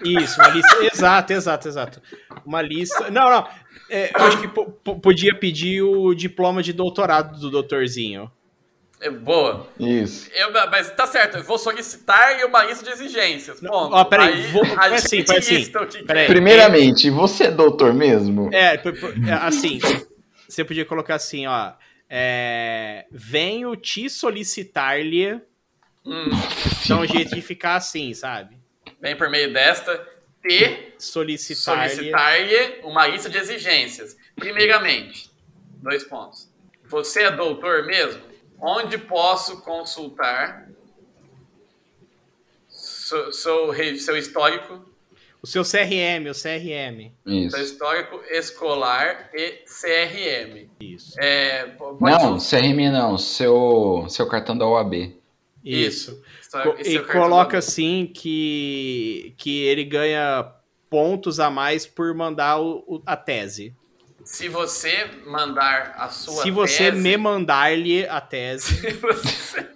Speaker 3: demandas. Isso, uma lista. exato, exato, exato. Uma lista. Não, não. é, eu acho que po- po- podia pedir o diploma de doutorado do doutorzinho.
Speaker 1: É boa.
Speaker 2: Isso.
Speaker 1: Eu, mas tá certo, eu vou solicitar e uma lista de exigências. Ponto.
Speaker 3: ó, peraí,
Speaker 1: Aí,
Speaker 3: vou-
Speaker 1: a
Speaker 3: faz assim,
Speaker 1: gente
Speaker 3: faz assim.
Speaker 1: lista o que
Speaker 3: Peraí.
Speaker 1: quer.
Speaker 2: Primeiramente, você é doutor mesmo?
Speaker 3: É, p- p- é, assim, você podia colocar assim, ó. é, venho te solicitar-lhe.
Speaker 1: Hum,
Speaker 3: Dá um jeito de ficar assim, sabe?
Speaker 1: vem por meio desta. Te
Speaker 3: Solicitar-lhe.
Speaker 1: solicitar-lhe uma lista de exigências. Primeiramente, dois pontos. Você é doutor mesmo? Onde posso consultar seu, seu, re- seu histórico?
Speaker 3: O seu CRM, o CRM.
Speaker 1: Seu
Speaker 2: Isso.
Speaker 1: histórico escolar e CRM.
Speaker 3: Isso.
Speaker 1: É, pode
Speaker 2: Não,
Speaker 1: ser-
Speaker 2: CRM não. Seu, seu cartão da OAB.
Speaker 3: Isso.
Speaker 1: Histórico-
Speaker 3: Co-
Speaker 1: esse é
Speaker 3: E
Speaker 1: o cartão
Speaker 3: coloca
Speaker 1: da-
Speaker 3: assim que, que ele ganha pontos a mais por mandar o- o- a tese.
Speaker 1: Se você mandar a sua
Speaker 3: Se você
Speaker 1: tese,
Speaker 3: me mandar-lhe a tese,
Speaker 1: se você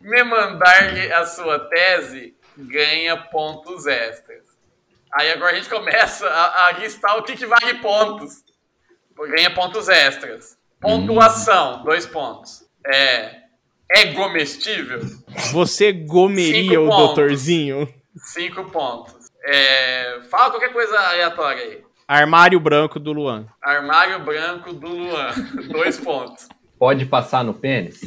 Speaker 1: me mandar-lhe a sua tese, ganha pontos extras. Aí agora a gente começa a, a listar o que, que vale pontos. Ganha pontos extras. Pontuação, dois pontos. É, é comestível?
Speaker 3: você gomeria
Speaker 1: Cinco
Speaker 3: o
Speaker 1: pontos.
Speaker 3: doutorzinho?
Speaker 1: Cinco pontos. É, fala qualquer coisa aleatória aí.
Speaker 3: Armário branco do Luan.
Speaker 1: Armário branco do Luan, dois pontos.
Speaker 4: Pode passar no pênis?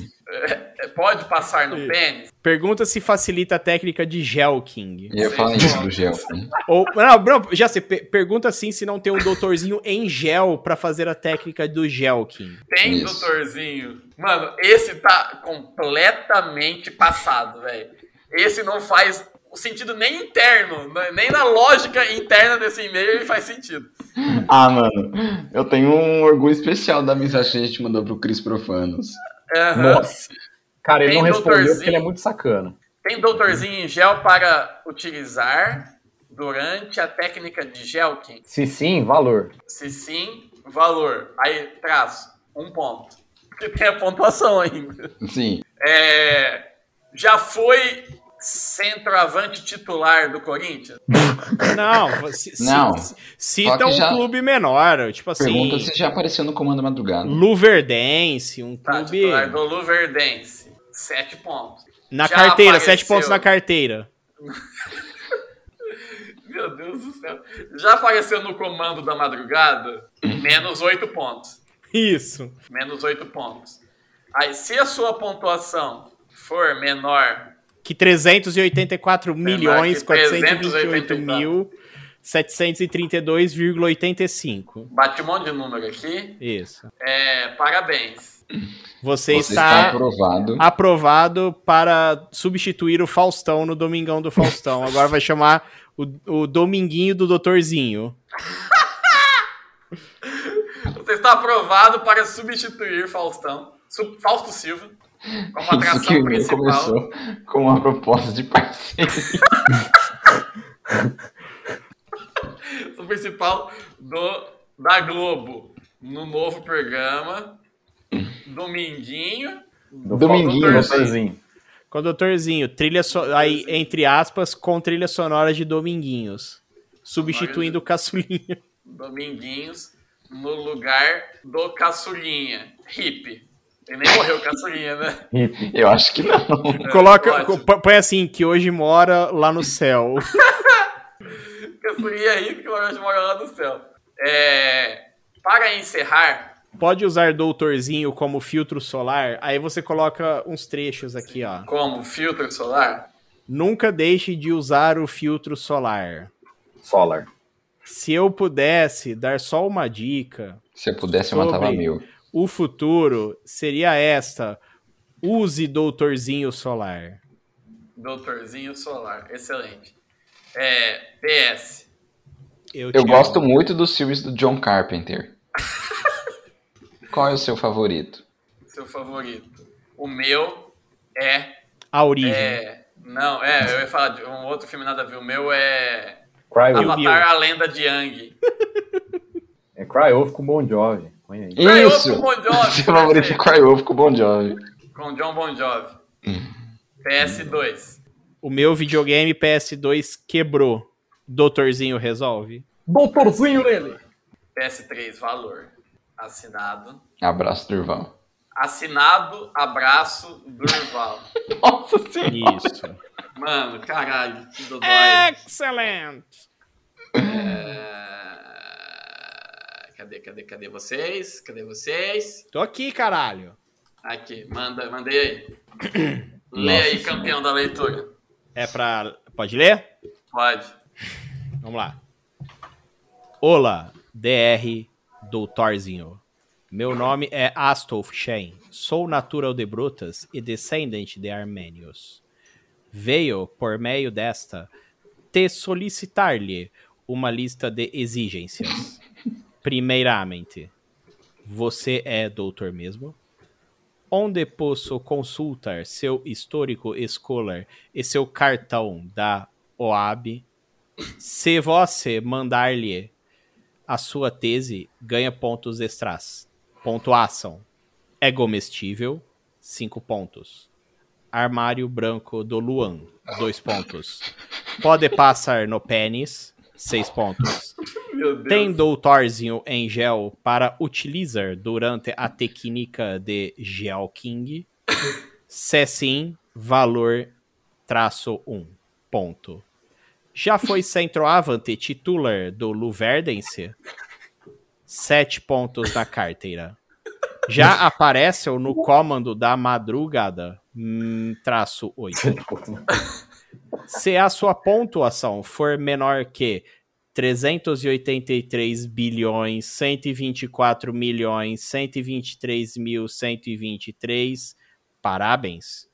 Speaker 1: É, Pode passar no pênis?
Speaker 3: Pergunta se facilita a técnica de gel king.
Speaker 2: E eu
Speaker 1: Sim.
Speaker 2: falo isso do gel. né?
Speaker 3: Ou, não, não, já sei, pe- pergunta assim se não tem um doutorzinho em gel pra fazer a técnica do gel king.
Speaker 1: Tem,
Speaker 2: Isso.
Speaker 1: doutorzinho. Mano, esse tá completamente passado, velho. Esse não faz sentido nem interno, né? nem na lógica interna desse e-mail ele faz sentido.
Speaker 2: Ah, mano. Eu tenho um orgulho especial da mensagem que a gente mandou pro Cris Profanos.
Speaker 1: Aham.
Speaker 4: Cara, ele
Speaker 1: Tem
Speaker 4: não respondeu
Speaker 1: doutorzinho.
Speaker 4: porque ele é muito sacana.
Speaker 1: Tem doutorzinho em gel para utilizar durante a técnica de Gelkin?
Speaker 4: Se sim, valor.
Speaker 1: Se sim, valor. Aí, traço, um ponto. Porque tem a pontuação ainda.
Speaker 2: Sim.
Speaker 1: É, já foi centroavante titular do Corinthians?
Speaker 3: Não, c- c-
Speaker 2: Não.
Speaker 3: c- cita um
Speaker 2: que já-
Speaker 3: clube menor, tipo assim.
Speaker 2: Pergunta se já apareceu no Comando Madrugada.
Speaker 3: Hum, Luverdense, um
Speaker 1: Tá,
Speaker 3: clube.
Speaker 1: titular do Luverdense. Sete pontos.
Speaker 3: Na
Speaker 1: Já
Speaker 3: carteira, sete
Speaker 1: apareceu.
Speaker 3: pontos na carteira.
Speaker 1: Meu Deus do céu. Já apareceu no comando da madrugada? Menos oito pontos.
Speaker 3: Isso.
Speaker 1: Menos oito pontos. Aí, se a sua pontuação For menor.
Speaker 3: Que 384 milhões
Speaker 1: É, que
Speaker 3: 428 mil 732,85.
Speaker 1: Bate um monte de número aqui.
Speaker 3: Isso.
Speaker 1: É, parabéns.
Speaker 3: Você,
Speaker 2: Você
Speaker 3: está,
Speaker 2: aprovado.
Speaker 3: aprovado para substituir o Faustão no Domingão do Faustão. Agora vai chamar o, o Dominguinho do Doutorzinho.
Speaker 1: Você está aprovado para substituir Faustão. Su- Fausto Silva. Como
Speaker 2: Isso que
Speaker 1: atração
Speaker 2: o e-mail
Speaker 1: principal.
Speaker 2: começou com uma proposta de parceiro.
Speaker 1: o principal do, da Globo no novo programa. Dominguinho.
Speaker 4: Do
Speaker 2: Dominguinho,
Speaker 4: Doutorzinho.
Speaker 3: Com o Doutorzinho, trilha so- aí, entre aspas, com trilha sonora de Dominguinhos. Substituindo o Caçulinha.
Speaker 1: Dominguinhos no lugar do Caçulinha. Hip. Ele nem morreu o Caçulinha, né?
Speaker 4: Hippie.
Speaker 2: Eu acho que não.
Speaker 3: É, Coloca,
Speaker 1: Ótimo.
Speaker 3: co- põe assim, que hoje mora lá no céu.
Speaker 1: Caçulinha é hip que hoje mora lá no céu. É, para encerrar,
Speaker 3: Pode usar Doutorzinho como filtro solar. Aí você coloca uns trechos aqui, ó.
Speaker 1: como filtro solar,
Speaker 3: Nunca deixe de usar o filtro solar.
Speaker 4: Solar.
Speaker 3: Se eu pudesse dar só uma dica,
Speaker 2: Se eu pudesse, eu matava
Speaker 3: Sobre.
Speaker 2: mil.
Speaker 3: o futuro seria esta. Use doutorzinho solar.
Speaker 1: doutorzinho solar. Excelente. É, PS.
Speaker 2: Eu
Speaker 3: te
Speaker 2: gosto
Speaker 3: amo.
Speaker 2: muito dos filmes do John Carpenter. Qual é o seu favorito?
Speaker 1: seu favorito? O meu é.
Speaker 3: A origem.
Speaker 1: é não, é, eu ia falar de um outro filme nada a ver. O meu é.
Speaker 4: Cry Wolf.
Speaker 1: Avatar A Lenda de Yang.
Speaker 4: É Cry Wolf com Bon Jovi. Põe aí.
Speaker 1: Cry Wolf
Speaker 2: Isso!
Speaker 1: com Bon Jovi,
Speaker 2: seu favorito é
Speaker 1: perfeito.
Speaker 2: Cry Wolf com Bon Jovi.
Speaker 1: Com John Bon Jovi. PS2.
Speaker 3: O meu videogame PS2 quebrou. Doutorzinho resolve.
Speaker 5: Doutorzinho nele.
Speaker 1: PS3, valor. Assinado.
Speaker 2: Abraço, Durval.
Speaker 1: Assinado, abraço, Durval.
Speaker 2: Nossa senhora.
Speaker 3: Isso.
Speaker 1: Mano, caralho, que dodói.
Speaker 3: Excelente.
Speaker 1: É, Cadê, cadê, cadê vocês? Cadê vocês?
Speaker 3: Tô aqui, caralho.
Speaker 1: Aqui, manda, mandei aí. Lê aí,
Speaker 2: Nossa
Speaker 1: campeão da leitura.
Speaker 3: É pra. Pode ler?
Speaker 1: Pode.
Speaker 3: Vamos lá. Olá, DR Doutorzinho. Meu nome é Astolf Shen. Sou natural de Brutas e descendente de armênios. Veio, por meio desta, te solicitar-lhe uma lista de exigências. Primeiramente, você é doutor mesmo? Onde posso consultar seu histórico escolar e seu cartão da OAB? Se você mandar-lhe a sua tese, ganha pontos extras. Pontuação. É comestível, 5 pontos. Armário branco do Luan, 2 pontos. Pode passar no pênis, 6 pontos.
Speaker 1: Meu Deus.
Speaker 3: Tem doutorzinho em gel para utilizar durante a técnica de gel king. Se sim, valor traço 1. Ponto. Já foi centroavante titular do Luverdense? Sete pontos na carteira. Já apareceu no comando da madrugada? Hum, traço 8. Se a sua pontuação for menor que 383 bilhões, 124 milhões, 123 mil, 123, parabéns.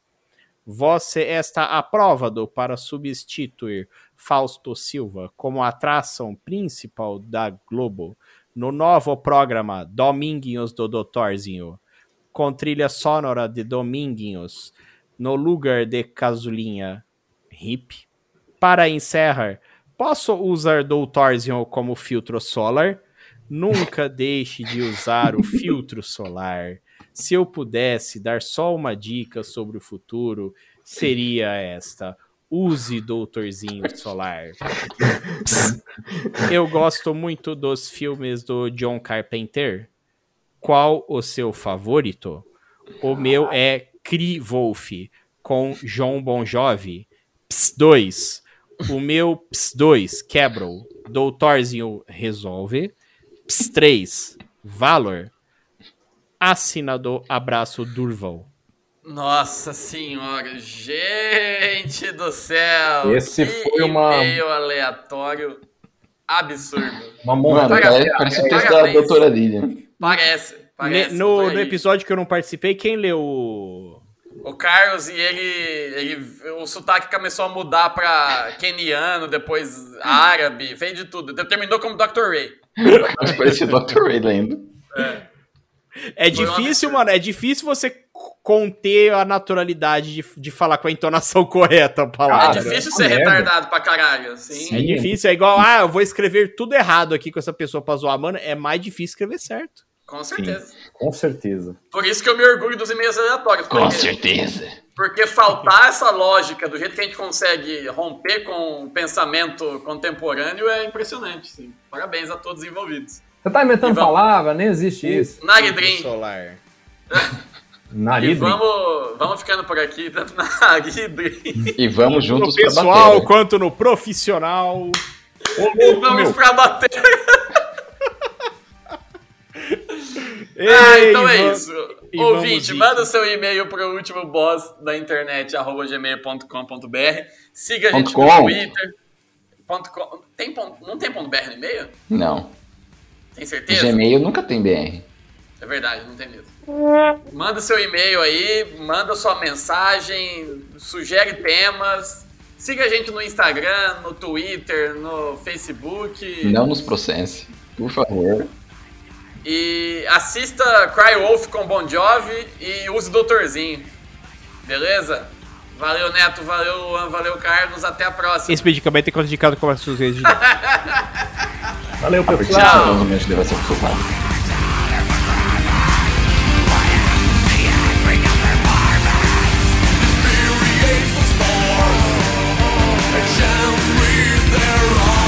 Speaker 3: Você está aprovado para substituir Fausto Silva como atração principal da Globo no novo programa Dominguinhos do Doutorzinho, com trilha sonora de Dominguinhos, no lugar de Casulinha. Hip. Para encerrar, posso usar Doutorzion como filtro solar? Nunca deixe de usar o filtro solar. Se eu pudesse dar só uma dica sobre o futuro, seria esta. Use Doutorzinho Solar. Eu gosto muito dos filmes do John Carpenter. Qual o seu favorito? O meu é Cri Wolf, com João Bon Jovi. Ps 2. O meu Ps 2 quebrou. Doutorzinho resolve. Ps 3. Valor. Assinador abraço Durval.
Speaker 1: Nossa senhora, gente do céu!
Speaker 4: Esse
Speaker 1: que
Speaker 4: foi uma-
Speaker 1: e-mail aleatório absurdo.
Speaker 4: Uma
Speaker 2: Mano,
Speaker 4: montanha.
Speaker 2: parece, parece o texto da
Speaker 1: Parabéns.
Speaker 2: doutora Lilian.
Speaker 1: Parece, parece.
Speaker 3: Ne- no,
Speaker 1: por
Speaker 3: no
Speaker 1: aí.
Speaker 3: episódio que eu não participei, quem leu o-
Speaker 1: O Carlos e ele, ele. O sotaque começou a mudar pra keniano, depois árabe, fez de tudo. Terminou como Dr. Ray.
Speaker 2: Mas parece o Dr. Ray lendo.
Speaker 3: É
Speaker 1: Foi um
Speaker 3: difícil, mano. É difícil você c- conter a naturalidade de, de falar com a entonação correta a
Speaker 1: É
Speaker 3: palavra.
Speaker 4: Cara,
Speaker 1: difícil
Speaker 4: uma
Speaker 1: ser
Speaker 4: merda.
Speaker 1: retardado pra caralho, assim.
Speaker 3: É
Speaker 7: Sim.
Speaker 3: difícil, é igual, ah, eu vou escrever tudo errado aqui com essa pessoa pra zoar, mano. É mais difícil escrever certo.
Speaker 1: Com certeza.
Speaker 4: Com certeza.
Speaker 1: Por isso que eu me orgulho dos e-mails aleatórios.
Speaker 2: Com
Speaker 1: porque-
Speaker 2: certeza.
Speaker 1: Porque faltar essa lógica do jeito que a gente consegue romper com o pensamento contemporâneo é impressionante. Sim. Parabéns a todos envolvidos.
Speaker 4: Você tá inventando
Speaker 1: E vamos-
Speaker 4: palavra? Nem existe isso.
Speaker 1: Naridrim.
Speaker 3: Solar.
Speaker 1: E
Speaker 4: Nariz.
Speaker 1: vamos, vamos ficando por aqui. Naridrim.
Speaker 2: E vamos
Speaker 3: No
Speaker 2: juntos pra
Speaker 3: pessoal,
Speaker 2: bater.
Speaker 3: quanto no profissional.
Speaker 1: E vamos pra bater. Ah,
Speaker 3: Ei,
Speaker 1: então é
Speaker 3: va-
Speaker 1: isso.
Speaker 3: e vamos
Speaker 1: Ouvinte,
Speaker 3: ir.
Speaker 1: manda o seu e-mail para o último boss da internet, arroba gmail.com.br. Siga a gente
Speaker 2: Ponto
Speaker 1: no
Speaker 2: com.
Speaker 1: Twitter. Ponto com. Tem ponto- não tem ponto .br no e-mail?
Speaker 2: Não.
Speaker 1: Tem certeza?
Speaker 2: Gmail nunca tem BR.
Speaker 1: É verdade, não tem medo. Manda seu e-mail aí, manda sua mensagem, sugere temas. Siga a gente no Instagram, no Twitter, no Facebook.
Speaker 2: Não nos processe. Por favor.
Speaker 1: E assista Cry Wolf com Bon Jovi e use Doutorzinho. Beleza? Valeu, Neto, valeu, Luan, valeu, Carlos. Até a próxima.
Speaker 3: Esse medicamento é contraindicado com as suas redes de
Speaker 4: Valeu, pessoal.
Speaker 1: Tchau.
Speaker 2: Provavelmente deve ser ocupado.
Speaker 8: Shall free their arms.